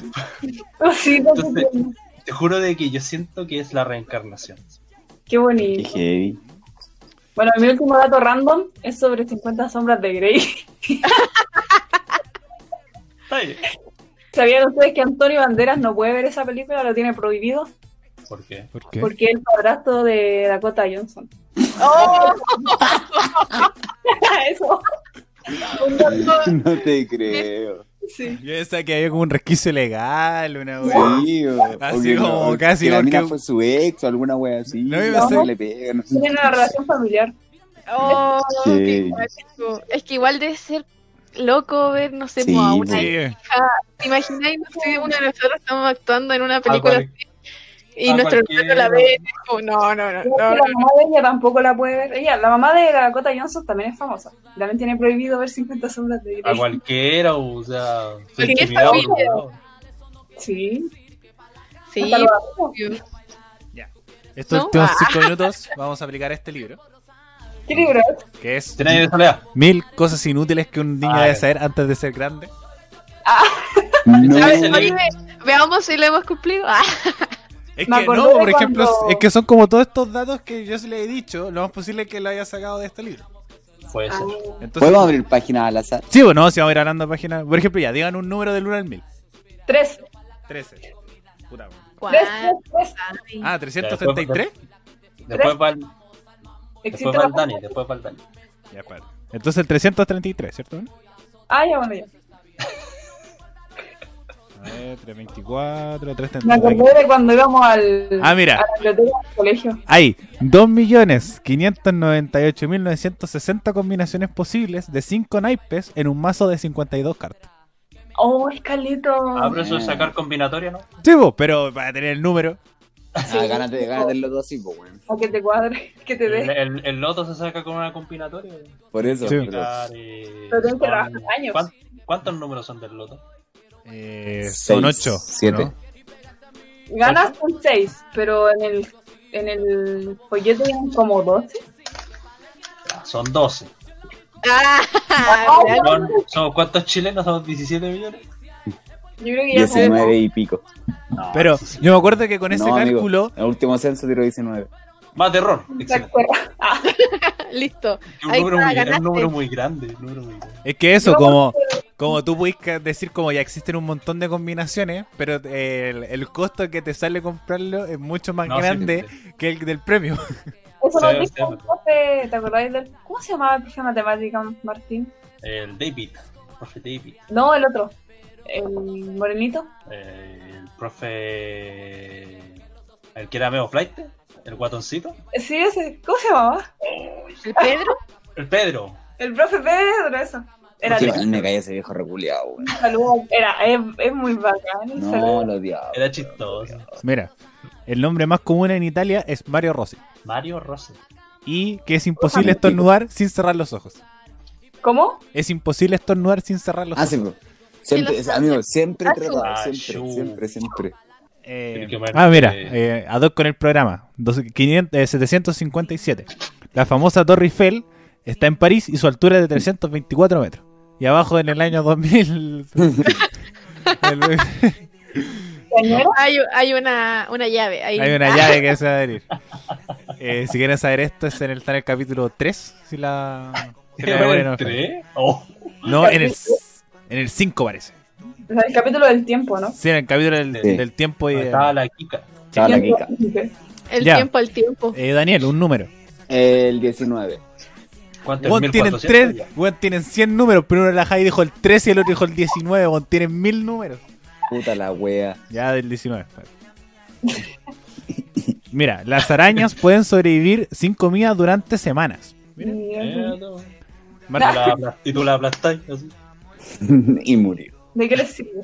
sí, no sé
Entonces-
cómo.
Te juro de que yo siento que es la reencarnación.
Qué
Qué
bonito.
heavy.
Bueno, mi último dato random es sobre 50 sombras de Grey.
Está bien.
¿Sabían ustedes que Antonio Banderas no puede ver esa película? Lo tiene prohibido
¿Por qué?
¿Por qué?
porque es el padrastro de Dakota Johnson.
Oh,
Eso.
No te creo.
Sí.
Yo pensaba que había como un resquicio legal, una wea.
Sí, o-
Así
o que no-
como
o
casi
que la mina
porque-
fue su ex o alguna wea así.
No, iba
a ser-
no, le pega, no sé.
Tienen una relación familiar.
oh, qué
Sí.
guático. Es que igual debe ser loco ver, no sé,
Sí, pues.
po, a una
po.
Sí.
hija. ¿Te imagináis? No sé, una de nosotros estamos actuando en una película
Algo
Y
A
nuestro
cualquier-
hermano la ve lejos. No, no, no.
Creo
no,
que
no.
la mamá de ella tampoco la puede ver. Ella, la mamá de la Dakota Johnson también es famosa. También tiene prohibido ver 50 sombras de
A
Grey.
cualquiera, o sea, pues, se
Sí,
intimidaba por
familia.
un lado.
Sí.
Sí,
Hasta los amigos.
obvio.
Estos
No,
últimos
ah.
cinco minutos vamos a aplicar este libro,
¿Qué libro es?
que es
¿Tiene aire de soledad?
Mil cosas inútiles que un niño
Ah,
debe
ya.
saber antes de ser grande.
No,
A ver,
Sí.
Olive, veamos si lo hemos cumplido. Ah,
Es
Me
que
acordé
no,
de
por ejemplo,
cuando-
es que son como todos estos datos que yo se le he dicho, lo más posible que lo haya sacado de este libro.
Puede
Ah.
ser.
Ah,
Entonces,
¿Podemos abrir páginas al azar?
sí, bueno, si vamos a ir hablando de páginas. Por ejemplo, ya, digan un número del 1 al 1000.
Tres.
13. Puta, weón.
Tres,
guau.
tres, tres.
ah, 333.
Después va el,
Existe
después va
la-
el Dani, después va el Dani.
Ya, espérate. Entonces el 333, ¿cierto?
Ah, ya, bueno, ya.
A ver, 324,
Me
333.
acordé de cuando íbamos al,
Ah,
a
mira,
la biblioteca del colegio.
hay 2.598.960 combinaciones posibles de 5 naipes en un mazo de 52 cartas.
Oh, escalito.
Ah, pero eso es sacar combinatoria, ¿no?
Sí, vos, pero para tener el número.
Ah, gánate, gánate los dos así, pues, weón.
Para que te cuadre, que te
El,
dé.
el, el loto se saca con una combinatoria.
Por eso.
Sí.
pero-
Mirar, eh,
Pero tengo que
son-
trabajar años.
¿cuán- ¿Cuántos números son del loto?
Eh, son
Seis,
8.
siete.
Ganas con seis, pero en el, en el folleto eran como 12.
Ah, son 12.
Ah,
Ah,
Son, son- ¿Cuántos chilenos? ¿Son 17 millones?
Yo creo que ya se
19 y pico.
No,
Pero
sí, sí.
yo me acuerdo que con ese
No, amigo,
cálculo
el último censo tiró 19.
Más de error.
Exacto.
excelente.
Ah, listo.
Un
Ahí
número,
está,
muy, grande,
ganaste.
un número muy grande. un número muy grande.
Es que eso,
Yo-
como, como tú puedes ca- decir, como ya existen un montón de combinaciones, pero eh, el, el costo que te sale comprarlo es mucho más
No, sí,
Ah, grande
sí.
que el del premio.
Eso
Sí,
nos
sí,
dijo un
sí.
profe, ¿te acordáis del... ¿Cómo se llamaba el profe de matemática, Martín?
El David. Profe David.
No, el otro. El morenito.
eh, el profe. El que era medio flight. El guatoncito.
Sí, ese. ¿Cómo se llamaba?
¿El Pedro?
El Pedro.
El profe Pedro, eso. Era
Porque
de...
igual me caía ese viejo reculeado, weón.
Saludo. Era, es, es muy bacán el
No,
saludo.
lo odiaba.
Era chistoso.
Mira, el nombre más común en Italia es Mario Rossi.
Mario Rossi.
Y que es imposible estornudar sin cerrar los ojos.
¿Cómo?
Es imposible estornudar sin cerrar los
Ah,
ojos.
sí, bro. Siempre,
Sí, lo-
amigo, siempre
Ah,
trataba,
sí.
siempre,
Ah,
siempre, siempre.
Eh,
Qué bueno.
ah, mira,
Eh.
eh, ad hoc con el programa. Dos- 500, eh, 757. La famosa Torre Eiffel está en París y su altura es de 324 metros. Y abajo en el año 2000... el-
¿Señora?
Hay, hay una, una llave. Ahí.
Hay una
Ah,
llave que se va a abrir. Eh, si quieren saber esto, es en el, está en el capítulo 3. Si la, si la memoria no me falla.
¿Tres? Oh,
No, en el, s- en el 5 parece.
O sea, el capítulo del tiempo, ¿no?
Sí, en el capítulo del,
Sí.
del tiempo. Y,
estaba la Kika.
Estaba Ah, la
Tiempo.
Kika.
El
Ya.
tiempo, el tiempo.
eh, Daniel, un número.
El 19.
¿Cuánto
Weón tienen,
1400
tres,
ya.
weón, tienen 100 números, pero uno de la Jai dijo el 13 y el otro dijo el 19. Weón, tienen 1000 números.
Puta la wea.
Ya del 19. vale. Mira, las arañas pueden sobrevivir sin comida durante semanas.
Eh,
¿De
no. Tú
Marta,
la apla- Y tú la aplastáis. así.
y murió.
qué les sirve?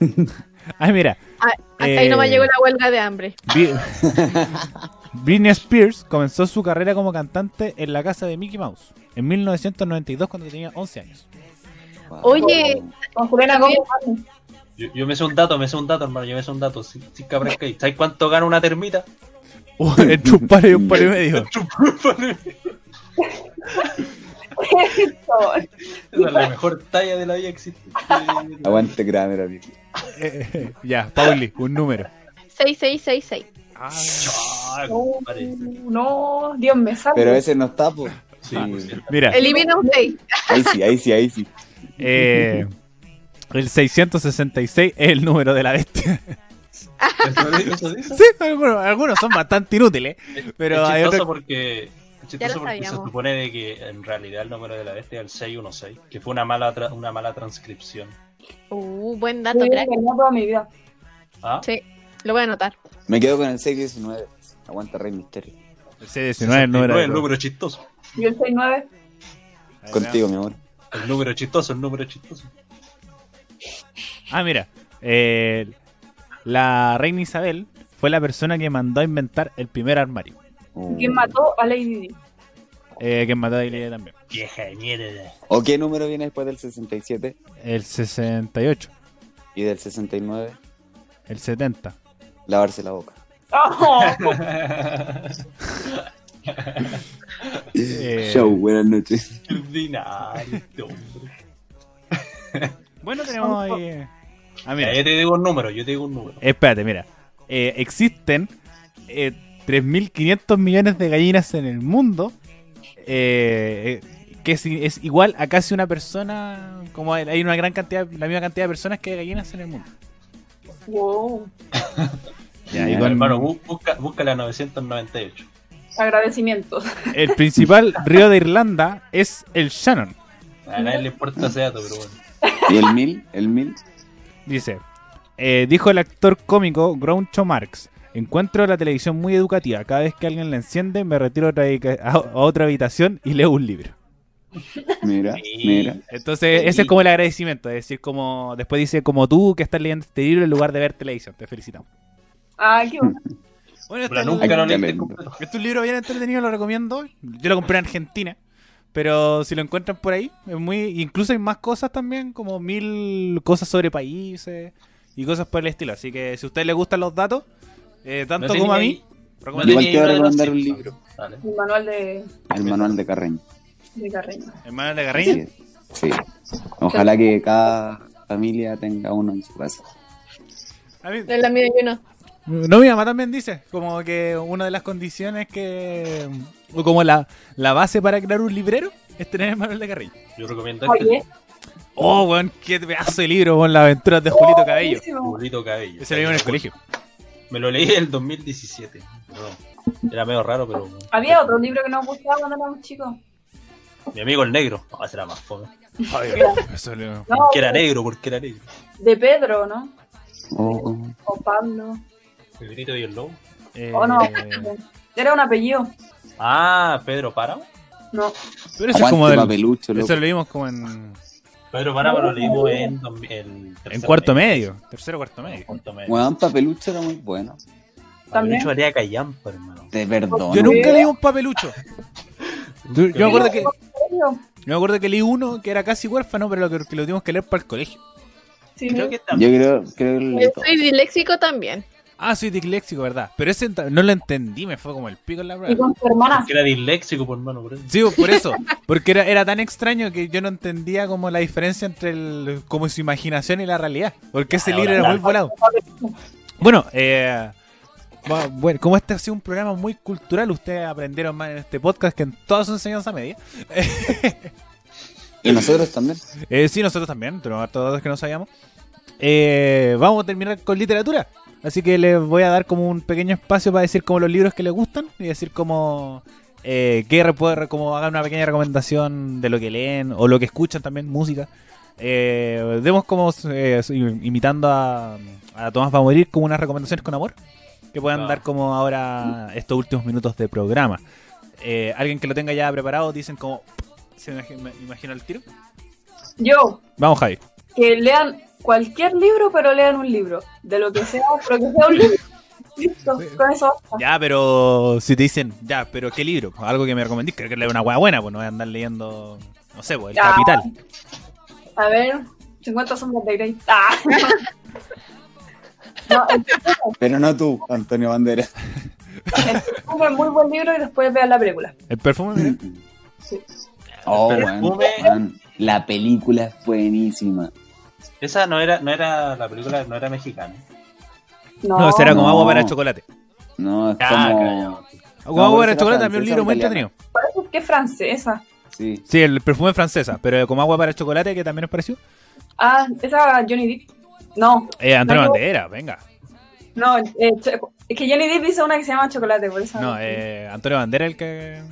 Ay, mira,
Hasta ahí nomás
eh,
llegó la huelga de hambre.
Bri- Britney Spears comenzó su carrera como cantante en la casa de Mickey Mouse en 1992 cuando tenía 11 años.
Wow.
Oye.
Con Juliana Gómez.
Yo, yo me sé un dato, me sé un dato, hermano. Yo me sé un dato. Sin, sin que aparezca ahí. ¿Sabes cuánto gana una termita?
Uh, Entre un palo y un palo y medio.
Eso.
Esa es la mejor talla de la vida existente.
Aguante Kramer, amigo.
Eh, eh, ya, Pauli, un número.
6666.
Ah,
Oh.
No,
compadre.
Uh, no, Dios me salve.
Pero ese no está, po.
Sí,
Ah.
pues, sí.
Mira,
Elimina usted.
Ahí sí, ahí sí, ahí sí.
eh, el 666 es el número de la bestia.
Eso dice, eso dice.
Sí, algunos, algunos son bastante inútiles, pero
es
hay
chistoso
otros...
porque, es chistoso
lo
porque se
sabíamos.
supone de que en realidad el número de la bestia es el 616, que fue una mala tra- una mala transcripción.
Uh, buen dato,
Yo
crack.
tenía toda mi vida.
¿Ah?
Sí. Lo voy a anotar.
Me quedo con el 619. Aguanta Rey Misterio.
El 619 es el número. de-
el número chistoso.
Y el 6-9.
Contigo, mi amor.
El número chistoso, el número chistoso.
Ah, mira. eh, la reina Isabel fue la persona que mandó a inventar el primer armario.
Uh.
¿Quién mató a Lady Di?
Eh, que mató a Daily también.
Vieja de mierda.
¿O qué número viene después del 67
El 68,
y del 69?
el 70.
Lavarse la boca.
¡Oh!
Eh,
buenas noches.
Ordinario, este hombre.
Bueno, tenemos ahí. eh. Ah, mira,
Mira, yo te digo un número, yo te digo un número.
espérate, mira. Eh, existen eh, 3.500 millones de gallinas en el mundo, eh, eh, que es, es igual a casi una persona. Como hay- hay una gran cantidad, la misma cantidad de personas que de gallinas en el mundo.
wow.
Ya, y
Ya,
con-
Hermano, bu- busca, busca la 998.
Agradecimientos.
el principal río de Irlanda es el Shannon.
A nadie le importa ese dato, pero bueno.
¿Y el mil? ¿El mil?
Dice, eh, dijo el actor cómico Groucho Marx, encuentro la televisión muy educativa, cada vez que alguien la enciende me retiro a otra habica- a a otra habitación y leo un libro.
Mira,
Sí.
mira.
Eh,
Entonces, ese es como el agradecimiento, es decir, como después dice, como tú que estás leyendo este libro en lugar de ver televisión, te felicitamos.
Ah, qué bueno.
Bueno, este
Pero
es un-
nunca lo leí
Tremendo.
completo.
este es un libro bien entretenido, lo recomiendo. Yo lo compré en Argentina, pero si lo encuentran por ahí, es muy... Incluso hay más cosas también, como mil cosas sobre países y cosas por el estilo. Así que si a ustedes les gustan los datos, eh, tanto
tenía
como a mí...
ahí-
Igual
Recomendé-
te voy a
idea de los
recomendar un
Simpsons.
libro.
Dale.
El manual de,
El manual de Carreño.
de Carreño.
Hermano de
Así
Garriña.
es. Sí. Ojalá que cada familia tenga uno en su casa.
A mí-
El amigo yo no.
No, mi mamá también dice, como que una de las condiciones que... O como la, la base para crear un librero es tener el manual de Carrillo.
Yo recomiendo este.
Oye,
Oh, weón, qué pedazo de libro, con las aventuras de Julito Cabello.
oh, buenísimo.
Julito Cabello.
Ese lo vimos en el colegio.
Me lo leí en el 2017. No, era medio raro, pero.
Había otro libro que nos gustaba cuando éramos chicos.
Mi amigo el negro. No, ese era más fome.
Eso lo-
No,
Que era negro, porque era negro.
de Pedro, ¿no?
Oh,
O Pablo.
El grito y el lobo.
eh,
Oh, no. Era un apellido.
Ah, Pedro Páramo.
No.
Pero eso es como
aguante
del-
papelucho, loco.
Eso lo vimos como en,
Pedro Páramo lo leímos en. dos- en
en
tercero
cuarto medio. Tercero cuarto medio.
Oh,
Cuarto medio.
Weón, papelucho era muy bueno.
También.
También.
Mucho haría callampa, hermano.
Te perdono.
Yo nunca leí un papelucho. Yo, yo me acuerdo que,
¿Pedro?
yo me acuerdo que leí uno que era casi huérfano, pero lo que, que lo tuvimos que leer para el colegio.
Sí,
Creo que
Yo
también.
creo, creo que lo leí
Yo
todo.
soy disléxico también.
Ah, soy disléxico, ¿verdad? Pero ese enta- no lo entendí, me fue como el pico en la
Y
prueba.
con su hermana.
Que era disléxico, por hermano. Por eso.
Sí, por eso, porque era, era tan extraño que yo no entendía como la diferencia entre el, como su imaginación y la realidad, porque ese
Ah,
libro
ahora
era
la-
muy volado. Bueno, eh, va- bueno, como este ha sido un programa muy cultural, ustedes aprendieron más en este podcast que en toda su enseñanza media.
Y nosotros también.
Eh, sí, nosotros también, pero todos los que no sabíamos. Eh, vamos a terminar con literatura. Así que les voy a dar como un pequeño espacio para decir como los libros que les gustan y decir como eh, que re- puede re- como hagan una pequeña recomendación de lo que leen o lo que escuchan también, música. Eh, demos como eh, imitando a, a Tomás va a morir como unas recomendaciones con amor que puedan
Ah.
dar como ahora estos últimos minutos de programa. Eh, alguien que lo tenga ya preparado, dicen como se imagi- me imagino el tiro.
Yo,
Vamos, Javi.
que lean cualquier libro, pero lean un libro. De lo que sea, pero que sea un libro. Listo, con eso basta.
Ya, pero si te dicen, ya, pero ¿qué libro? pues, Algo que me recomendís, creo que es una hueá buena, pues no voy a andar leyendo, no sé, pues, El
Ya.
Capital.
A ver, 50 sombras de Grey. Ah. No, el
Pero no tú, Antonio Bandera.
perfume es muy buen libro y después vean la película.
El perfume, ¿eh? mira.
Oh,
Pero
weón.
come-
Weón, La película es buenísima.
Esa no era, no era la película, no era mexicana.
No,
No, será como
No.
agua para el chocolate.
No, es
Ah,
como.
callado.
Como
No, pero
agua para
será
el chocolate también un
francesa
libro
o
muy
italiana.
entretenido.
parece que es francesa.
Sí.
Sí, el perfume es francesa, pero como agua para el chocolate, que también nos pareció.
Ah, esa Johnny Depp. No,
Eh, Antonio
No.
Bandera, venga.
no, eh, cho- es que Johnny Depp hizo una que se llama Chocolate, por eso.
Ah,
No, eh, Antonio Bandera el que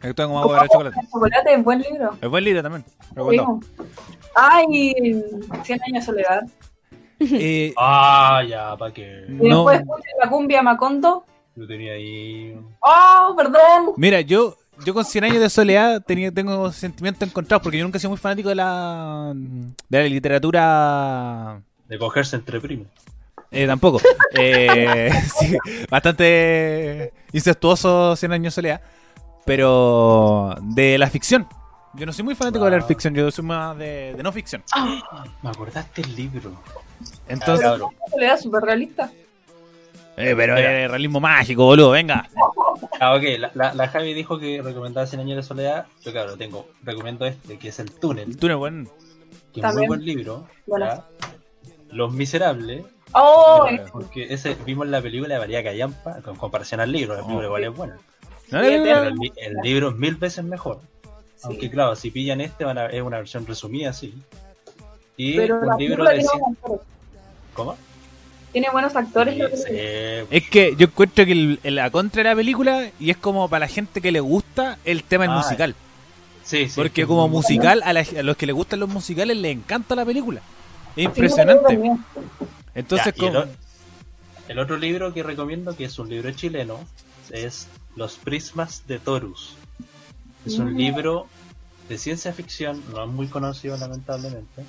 que actúa como agua para el chocolate.
Chocolate es buen libro.
Es buen libro también. recomendado.
Digo. Ay, 100 años de soledad.
Eh,
Ah, ya, pa' que.
Y
No.
después escuchen la cumbia Macondo.
Yo tenía ahí.
Oh, perdón.
Mira, yo, yo con 100 años de soledad tenía, tengo sentimientos encontrados porque yo nunca he sido muy fanático de la, de la literatura
De cogerse entre primos.
Eh, tampoco. Eh, sí, bastante incestuoso 100 años soledad. Pero de la ficción. Yo no soy muy fanático de la
Wow.
ficción, yo soy más de, de no ficción.
Me acordaste el libro. Ah,
Entonces,
Cabrón.
Le da súper realista.
eh, pero
Mira.
eh, realismo mágico, boludo, venga.
Ah, ok. La, la, la Javi dijo que recomendaba 100 años de soledad. Yo, claro, tengo. Recomiendo este, que es El Túnel.
El túnel, weón.
Que es muy
También.
buen libro.
Bueno.
¿ya? Los Miserables.
¡Oh!
Mira,
Porque ese vimos la película de María Callampa con comparación al libro. El libro
Oh.
igual es bueno.
No,
Sí,
no, no,
Pero
no.
el, li- el libro es mil veces mejor. Aunque, claro, si pillan este, van a, es una versión resumida, sí. Y
Pero la
un libro
película
de.
tiene,
cien-
buenos actores.
¿Cómo?
Tiene buenos actores. la
Sí,
película.
sí.
Es que yo encuentro que el- el- la contra de la película y es como para la gente que le gusta el tema del
Ah,
musical.
Sí, sí,
Porque
es
como
muy-
musical, a, la- a los que les gustan los musicales les encanta la película. Es
Sí, yo
impresionante.
también.
Entonces,
Ya, y el,
como-
o- el otro libro que recomiendo, que es un libro chileno, es Los Prismas de Torus. Es un
Mm.
libro de ciencia ficción, no es muy conocido lamentablemente,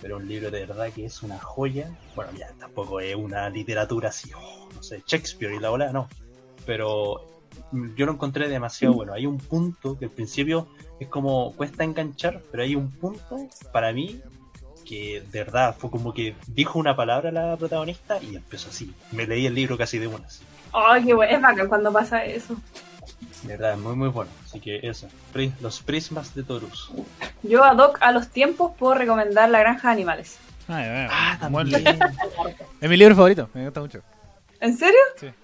pero un libro de verdad que es una joya. Bueno, ya tampoco es una literatura así, oh, no sé, Shakespeare y la ola, no. Pero mm, yo lo encontré demasiado bueno. Hay un punto que al principio es como cuesta enganchar, pero hay un punto para mí que de verdad fue como que dijo una palabra la protagonista y empezó así. Me leí el libro casi de una, así.
¡Ay, qué bueno! Es bacán cuando pasa eso.
De verdad, muy muy bueno. Así que eso, Pri- los prismas de Torus.
Yo ad hoc a los tiempos puedo recomendar La Granja de Animales.
Ay, bueno,
Ah, también.
Ah, bueno. Es mi libro favorito, me gusta mucho.
¿En serio?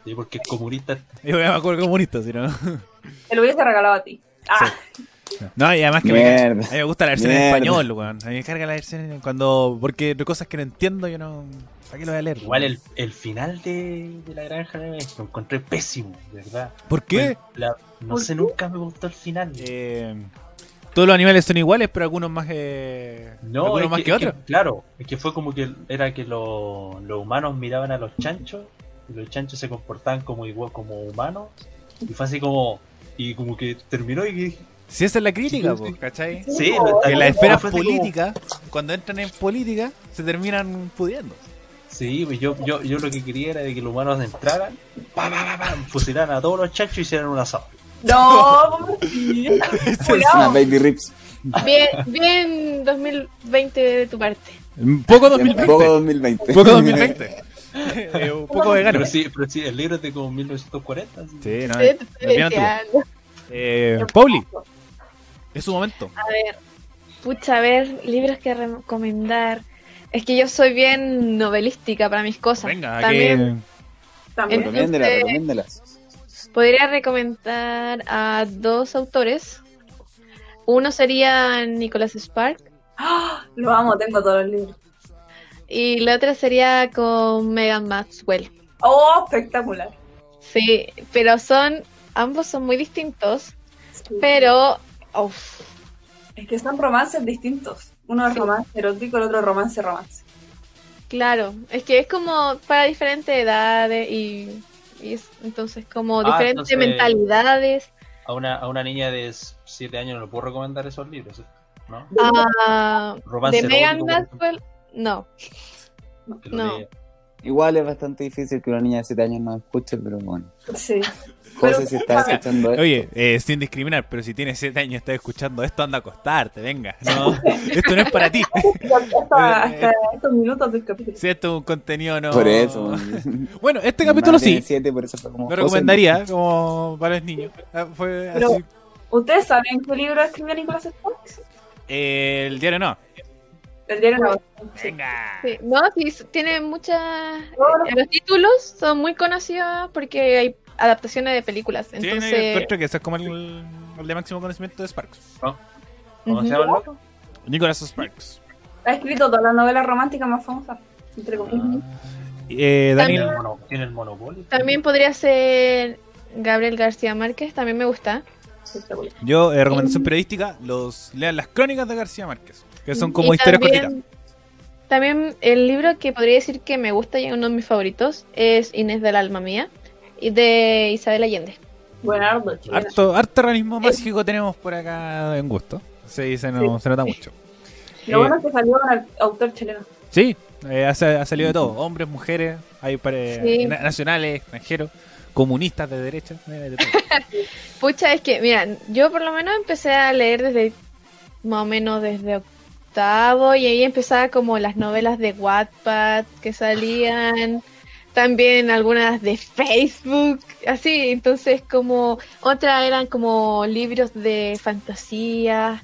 Sí, porque es comunista.
Yo me acuerdo comunista, si no.
Te lo hubiese regalado a ti. Ah,
No, y además que me, a mí
Mierda.
me gusta la versión en
Mierda.
español, weón. A mí me carga la versión en cuando. Porque de cosas que no entiendo, yo no. ¿Para qué lo voy a leer?
Igual el, el final de, de la granja de lo encontré pésimo, de verdad.
¿Por qué?
Fue la- no
¿Por qué?
sé, nunca me gustó el final.
Eh, todos los animales son iguales, pero algunos más que.
No,
algunos
es
más que,
es
otros.
claro, es que fue como que era que lo- los humanos miraban a los chanchos y los chanchos se comportaban como igual como humanos y fue así como y como que terminó y dije,
Si esa es la crítica,
Sí,
po,
sí.
¿cachai?
sí, lo-
Que las esferas
fue así como-
políticas, cuando entran en política, se terminan pudiendo.
sí, pues yo, yo, yo lo que quería era de que los humanos entraran, pa, pa, pa, pa, fusilaran a todos los chanchos y hicieran un asado.
no, pobrecito.
Una
Cuidado.
baby rips.
Bien, bien 2020 de tu parte.
Un poco
Poco
2020.
2020.
Poco 2020. Eh, un poco vegano.
Pero sí, pero sí, el libro es de como 1940. así.
Sí, no, es,
Te estoy
es bien antiguo.
deseando.
Eh, Pauli, es su momento.
A ver, pucha, a ver, libros que recomendar. Es que yo soy bien novelística para mis cosas.
Venga,
También
que
También.
Recomiéndala,
Entonces-
recomiéndala.
Podría recomendar a dos autores. Uno sería Nicholas Spark
¡Ah! Lo amo, tengo todos los libros.
y la otra sería con Megan Maxwell.
¡Oh, espectacular!
Sí, pero son, ambos son muy distintos,
Sí.
pero uf,
Es que son romances distintos. Uno es
Sí.
romance erótico, el otro romance romance.
claro, es que es como para diferentes edades y, y es- entonces como
Ah,
diferentes
entonces-
mentalidades.
A una, a una niña de 7 años no le puedo recomendar esos libros, ¿eh? ¿no?
Ah,
Romance
de Megan
erótico, por ejemplo,
Maxwell, no.
que lo
no.
lea.
Igual es bastante difícil que una niña de 7 años no escuche, pero bueno.
Sí.
José, si estás escuchando esto.
Oye, eh, sin discriminar, pero si tienes 7 años y estás escuchando esto, anda a acostarte, venga. No, esto no es para ti.
Hasta, hasta estos minutos del capítulo.
Si esto es un contenido no...
Por eso.
Bueno, este capítulo sí,
7, por eso fue como,
lo
José,
recomendaría como para los niños. Ah, Fue
Pero-
así.
¿Ustedes saben qué libro escribió Nicolás Sparks?
Eh, el diario no.
El diario de la Voz. Sí.
Venga.
Sí, no, sí, s- tiene muchas.
No, no.
eh, Los títulos son muy conocidos porque hay adaptaciones de películas.
Sí, no, yo
Entonces,
encuentro que eso es como el, el de máximo conocimiento de Sparks.
¿Cómo se
ujú.
llama el loco?
Nicolás Sparks.
Ha escrito todas las novelas románticas más famosas. Entre comillas.
Ah.
Eh,
Tiene
Daniel,
el, mono- tiene el monopolio.
también podría ser Gabriel García Márquez, también me gusta.
Espectacular.
yo, eh, recomendación periodística, los lean las crónicas de García Márquez, que son como
Y
historias cortitas.
también, también el libro que podría decir que me gusta y es uno de mis favoritos es Inés del alma mía y de Isabel Allende.
Buenardo, chileno.
Harto, harto realismo mágico tenemos por acá en gusto. Sí, se, nos- se nota mucho. Eh,
Lo bueno es que salió un au- autor chileno.
Sí, eh, ha, sa- ha salido de todo. Hombres, mujeres, hay pare-
Sí.
na- nacionales, extranjeros, comunistas de derecha. eh, de todo.
Pucha, es que, mira, yo por lo menos empecé a leer desde más o menos desde octavo y ahí empezaba como las novelas de Wattpad que salían, también algunas de Facebook, así, entonces como otras eran como libros de fantasía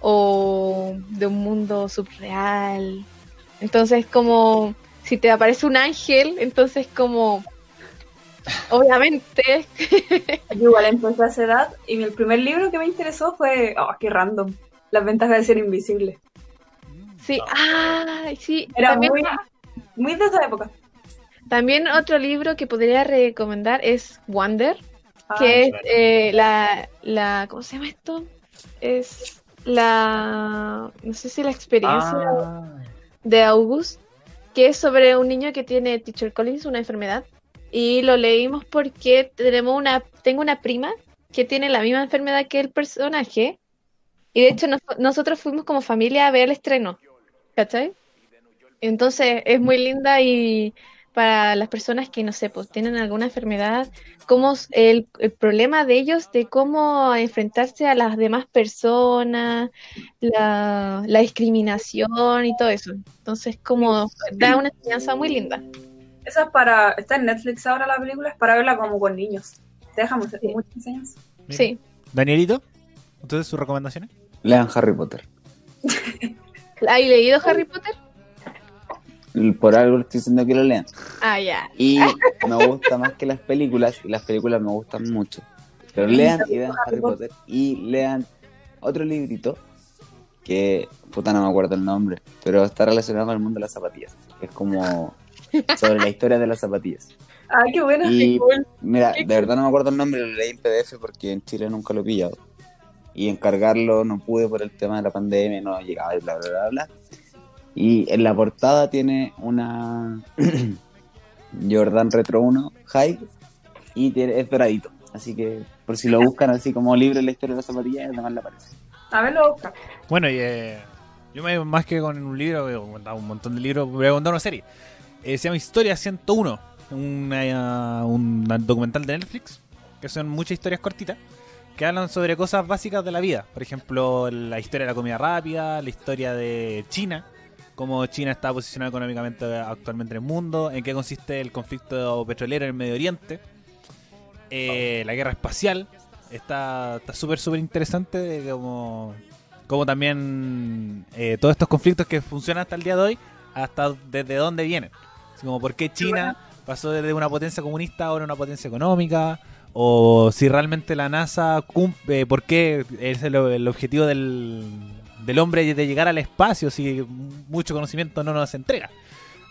o de un mundo subreal. Entonces como si te aparece un ángel, entonces como obviamente
Yo igual empecé a esa edad y el primer libro que me interesó fue, oh, qué random, Las ventajas de ser invisible.
Sí, ah, sí.
Era
también,
muy, muy de esa época.
también otro libro que podría recomendar es Wonder,
Ah,
que es
claro.
eh, la, la, ¿cómo se llama esto? Es la, no sé si la experiencia
Ah,
de August, que es sobre un niño que tiene Teacher Collins, una enfermedad, y lo leímos porque tenemos una, tengo una prima que tiene la misma enfermedad que el personaje, y de hecho nos- nosotros fuimos como familia a ver el estreno, ¿cachai? Entonces es muy linda y para las personas que, no sé, pues tienen alguna enfermedad, cómo s- el, el problema de ellos de cómo enfrentarse a las demás personas, la, la discriminación y todo eso. Entonces, como da una enseñanza muy linda.
Esa es para, está en Netflix ahora la película, es para verla como con niños. Te dejamos hacer
Sí.
muchas enseñanzas.
Mira.
Sí.
Danielito, entonces sus recomendaciones.
Lean Harry Potter.
¿Hay leído Harry Potter?
Por algo estoy diciendo que lo lean.
Ah, ya.
Y me gusta más que las películas, y las películas me gustan mucho. Pero lean y vean Harry Potter y lean otro librito que, puta, no me acuerdo el nombre, pero está relacionado con el mundo de las zapatillas. Es como sobre la historia de las zapatillas.
Ay, qué bueno.
Y
cool.
mira, de verdad no me acuerdo el nombre, lo leí en PDF porque en Chile nunca lo he pillado. Y encargarlo no pude por el tema de la pandemia, no llegaba y bla, bla, bla, bla. Y en la portada tiene una Jordan Retro 1 High y tiene, es doradito. Así que por si lo buscan así como libre la historia de las zapatillas, además la aparece.
A verlo, Oscar.
Bueno, y, eh, yo me más que con un libro, voy a contar un montón de libros, voy a contar una serie. Eh, se llama Historia 101, una, eh, un documental de Netflix, que son muchas historias cortitas, que hablan sobre cosas básicas de la vida. Por ejemplo, la historia de la comida rápida, la historia de China, cómo China está posicionada económicamente actualmente en el mundo, en qué consiste el conflicto petrolero en el Medio Oriente, eh, la guerra espacial. Está está súper, súper interesante de como como también eh, todos estos conflictos que funcionan hasta el día de hoy, hasta desde dónde vienen. Así como por qué China pasó desde una potencia comunista ahora a una potencia económica, o si realmente la NASA cumple, por qué es el, el objetivo del, del hombre de llegar al espacio si mucho conocimiento no nos entrega.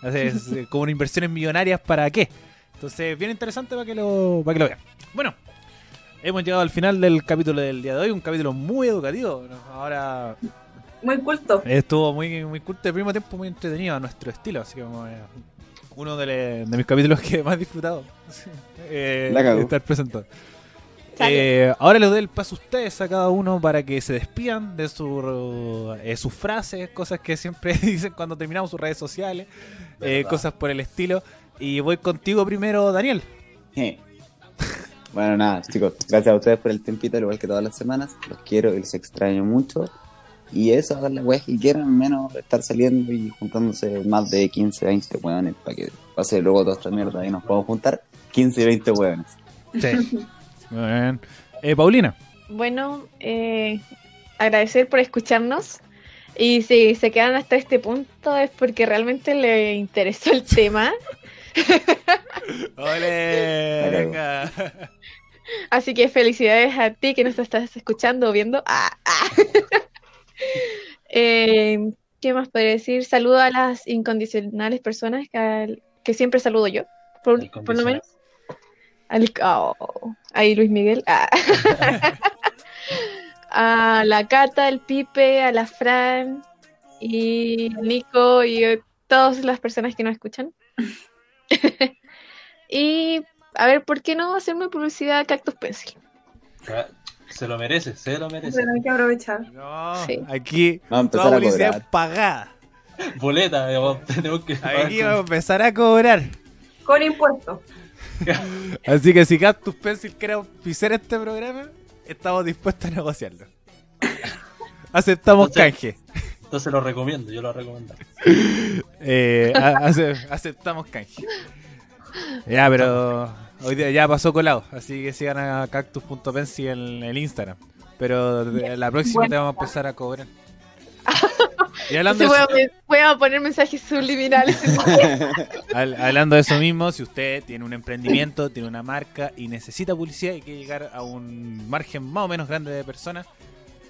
Entonces, eh, como inversiones millonarias, ¿para qué? Entonces, bien interesante para que lo, para que lo vean. Bueno, hemos llegado al final del capítulo del día de hoy, un capítulo muy educativo. Ahora
Muy culto.
Estuvo muy, muy culto, al mismo tiempo muy entretenido a nuestro estilo, así como eh, uno de, le- de mis capítulos que más he disfrutado eh,
La cagó.
estar presentado.
Sale.
Eh, ahora les doy el paso a ustedes, a cada uno, para que se despidan de su, eh, sus frases, cosas que siempre dicen cuando terminamos sus redes sociales, eh,
Verdad.
cosas por el estilo. Y voy contigo primero, Daniel.
Je. Bueno, nada, chicos, gracias a ustedes por el tiempito, al igual que todas las semanas. Los quiero y los extraño mucho. Y eso, hagan las weas que quieran, menos estar saliendo y juntándose más de 15, 20 weones para que pase luego toda esta mierda y nos podamos juntar 15, 20 weones.
Sí. Muy bien. Eh, Paulina.
Bueno, eh, agradecer por escucharnos. Y si se quedan hasta este punto es porque realmente le interesó el tema.
¡Ole!
cagó.
Venga.
Así que felicidades a ti que nos estás escuchando o viendo. Ah, ah. Eh, ¿Qué más podría decir? Saludo a las incondicionales personas que, al- que siempre saludo yo, por, por lo menos. Al, oh, ahí Luis Miguel. Ah. a la Cata, el Pipe, a la Fran y Nico y eh, todas las personas que nos escuchan. y a ver, ¿por qué no hacerme publicidad a Cactus Pencil?
ah, Se lo merece, se lo merece.
Bueno, hay que aprovechar.
No,
Sí.
aquí
Vamos a
toda
empezar a
publicidad
cobrar.
es pagada.
Boleta, digamos, tenemos que.
Aquí vamos a empezar a cobrar.
Con impuestos.
Así que si Cactus Pencil quiere auspiciar este programa, estamos dispuestos a negociarlo. Aceptamos
Entonces-
canje.
Entonces lo recomiendo, yo lo recomiendo.
Eh, a- ace- aceptamos canje. Ya, pero hoy día ya pasó colado, así que sigan a cactus.pensi en el Instagram. Pero de- la próxima te vamos a empezar a cobrar. Y hablando
Entonces
de
voy
eso,
a, voy a poner mensajes subliminales.
Al- hablando de eso mismo, si usted tiene un emprendimiento, tiene una marca y necesita publicidad y quiere llegar a un margen más o menos grande de personas,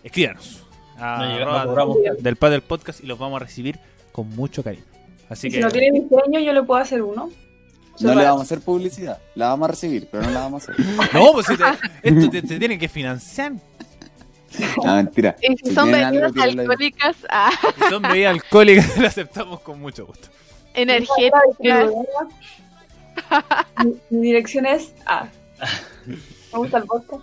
escríbanos. a
No llegamos,
arroba
cobramos.
del Padre del podcast y los vamos a recibir con mucho cariño. Así
Y
que
Si no tiene diseño, yo le puedo hacer uno.
No le vamos a hacer publicidad, la vamos a recibir, pero no la vamos a hacer.
no, pues si te- esto te, te tienen que financiar.
No, mentira.
y si
Si
son
tienen algo,
bebidas
tírenlo ahí.
alcohólicas, ah,
Si son bebidas alcohólicas, lo aceptamos con mucho gusto.
energéticas.
Mi- Mi dirección es A. Me gusta el vodka.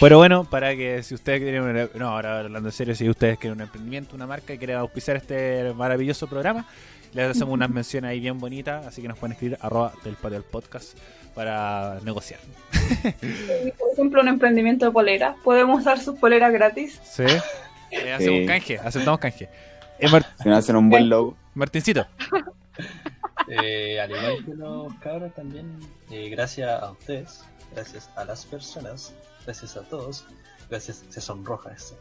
Pero bueno, para que si ustedes quieren. una- No, ahora hablando en serio, si ustedes quieren un emprendimiento, una marca y quieren auspiciar este maravilloso programa, les hacemos unas menciones ahí bien bonitas. Así que nos pueden escribir arroba del patio al podcast para negociar.
Y, Por ejemplo, un emprendimiento de polera. Podemos usar sus poleras gratis.
¿Sí? Eh, hacemos
Sí.
canje, aceptamos canje. Eh, Mar-
Si no hacen un buen logo.
Martincito,
Eh, al igual que los cabros también, eh, gracias a ustedes, gracias a las personas, gracias a todos, gracias, se sonroja ese.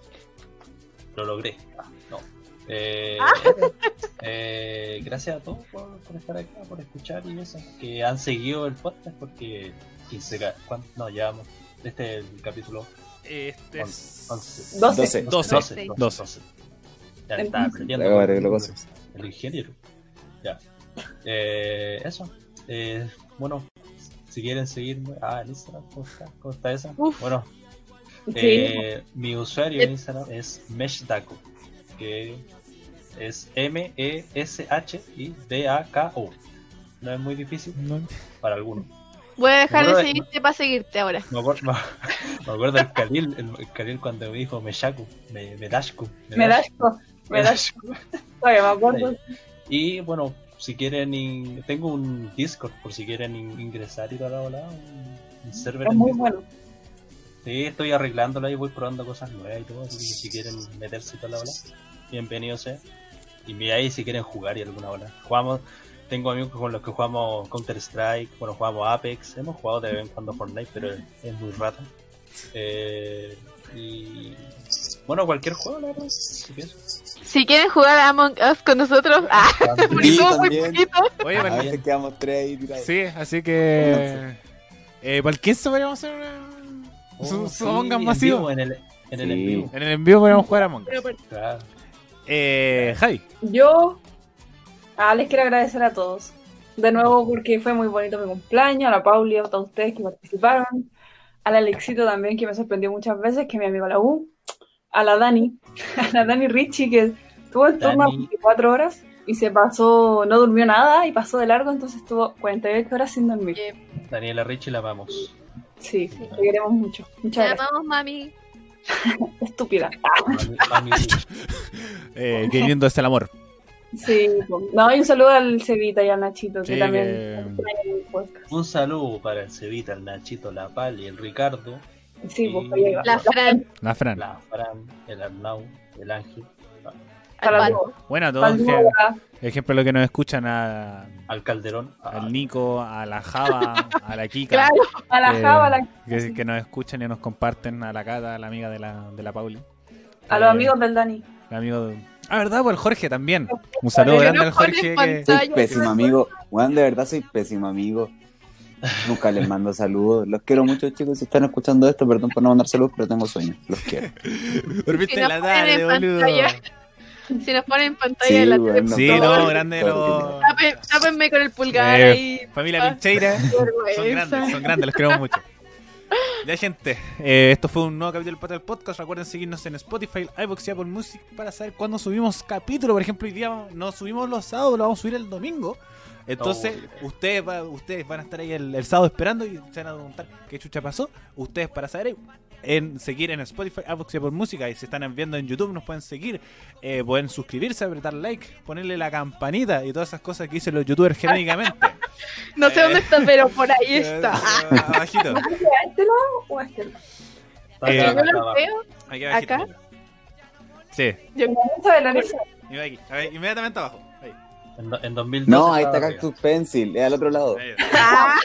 Lo logré. Ah, no. Eh, eh, gracias a todos por, por estar acá, por escuchar y eso, que han seguido el podcast porque 15 ca- ¿cuán- no llevamos este es el capítulo
este es.
11.
12.
Doce.
12.
12.
Doce.
Ya le estaba aprendiendo.
Luego arreglo cosas.
El ingeniero. Ya. Eh, eso. Eh, bueno, si quieren seguirme. Ah, en Instagram, ¿cómo está, ¿Cómo está esa?
Uf.
Bueno,
Sí.
eh, mi usuario en Instagram es Meshdaku. Que es E M-E-S-H-I-D-A-K-O. No es muy difícil para algunos.
Voy a dejar de
Bueno,
seguirte para seguirte ahora.
Me acuerdo, me, me acuerdo del Khalil, el, el Khalil cuando me dijo Meshaku, me, Medashku.
Me da asco. Me da asco. Todavía me acuerdo.
Y bueno, si quieren, in- tengo un Discord por si quieren in- ingresar y toda la bola. Un, un server.
Es
en
muy
Discord.
bueno.
Sí, estoy arreglándolo y voy probando cosas nuevas y todo. Así que si quieren meterse y toda la bola, bienvenidos sea. Y mira ahí si quieren jugar y alguna bola. Jugamos, tengo amigos con los que jugamos Counter-Strike, bueno, jugamos Apex, hemos jugado de vez en cuando Fortnite, pero es muy rata. Eh, y. Bueno, cualquier juego, la verdad. si quieres.
Si quieren jugar a Among Us con nosotros, ah, porque
Sí,
somos muy
también.
poquitos.
Oye,
A
Martín.
veces quedamos tres Ah, ahí tirados.
Sí, así que. Eh, para el 15 podríamos hacer una. su, su
Oh, sí,
Among Us
en
masivo.
vivo, En el, en el
Sí.
en vivo.
En el envío podríamos jugar a Among Us.
Claro.
Eh, Javi.
Yo ah, les quiero agradecer a todos. De nuevo, porque fue muy bonito mi cumpleaños, a la Pauli, a todos ustedes que participaron, al Alexito también, que me sorprendió muchas veces, que es mi amigo la U, a la Dani, a la Dani Richie, que estuvo en torno a
Dani.
24 horas y se pasó, no durmió nada y pasó de largo, entonces estuvo 48 horas sin dormir.
Daniela Richie la vamos.
Sí, te queremos mucho.
Te
Muchas gracias.
llamamos mami.
Estúpida.
Mami, mami Richie.
Eh, qué lindo es el amor.
Sí, no, y un saludo al Cevita y al Nachito, que
Sí,
también
que-
acompañan el podcast.
Un saludo para el Cevita, el Nachito, la Pali, el Ricardo,
Sí,
Y-
pues, para llegar.
La Fran.
La Fran.
la Fran, el Arnau, el Ángel,
Para
al
luego.
Bueno, a todos.
Saludos
que-
a-
Ejemplo, lo que nos escuchan a,
al Calderón. Ah,
al Nico, a la Java, a la Kika.
Claro.
a la
eh,
Java, a, la-
que, que nos escuchan y nos comparten a la Cata, a la amiga de la, de la Pauli.
a
Eh,
los amigos del Dani.
el amigo de- Ah, ¿verdad? Por el Jorge también. Un saludo
Pero
grande
no
al
pone
Jorge. Que...
pantalla.
Soy pésimo amigo. Juan, de verdad soy pésimo amigo. Nunca les mando saludos. Los quiero mucho, chicos. Si están escuchando esto, perdón por no mandar saludos, pero tengo sueño. Los quiero.
Dormiste
Si
en
nos
la
ponen
tarde,
en
boludo.
pantalla. Si nos ponen en pantalla
Sí,
de la
bueno,
tele, por
Sí,
favor,
no, grande los.
tapen- Tápenme con el pulgar
Eh,
ahí.
Familia
Ah.
Pincheira.
vergüenza.
Son grandes, son grandes, los queremos mucho. Ya, gente, eh, esto fue un nuevo capítulo del Pato del Podcast. Recuerden seguirnos en Spotify, iVoox y Apple Music para saber cuándo subimos capítulo. Por ejemplo, hoy día no subimos los sábados, lo vamos a subir el domingo. Entonces, ustedes, va- ustedes van a estar ahí el, el sábado esperando y se van a preguntar qué chucha pasó. Ustedes, para saber, en seguir en Spotify, Avox y Apple Música. Y si están viendo en YouTube, nos pueden seguir. Eh, pueden suscribirse, apretar like, ponerle la campanita y todas esas cosas que dicen los youtubers genéricamente.
No sé dónde está, pero por ahí
Eh,
está.
Abajito.
¿A este lado o a este lado?
Está
Eh,
Yo
acá, está
lo
abajo.
veo,
Aquí abajito.
¿Acá?
mira. Sí,
Eso de la oreja.
y ve aquí. A ver, inmediatamente abajo. Ahí.
En, do- en 2012
No, ahí está
estaba
Cactus Pencil, es al otro lado.
Ahí.
Ah.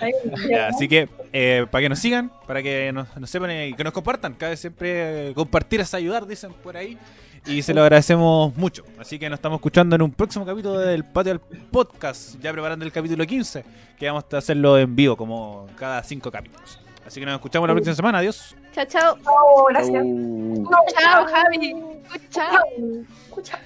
Ahí,
Ya,
ya,
así que eh, para que nos sigan, para que nos, nos sepan eh, y que nos compartan. Cabe siempre eh, compartir es ayudar, dicen por ahí. Y se lo agradecemos mucho. Así que nos estamos escuchando en un próximo capítulo del Patio al Podcast, ya preparando el capítulo 15, que vamos a hacerlo en vivo, como cada cinco capítulos. Así que nos escuchamos la próxima semana. Adiós.
Chao, chao.
Chao, gracias.
Uh.
Chao, Javi. Chao.
Escucha.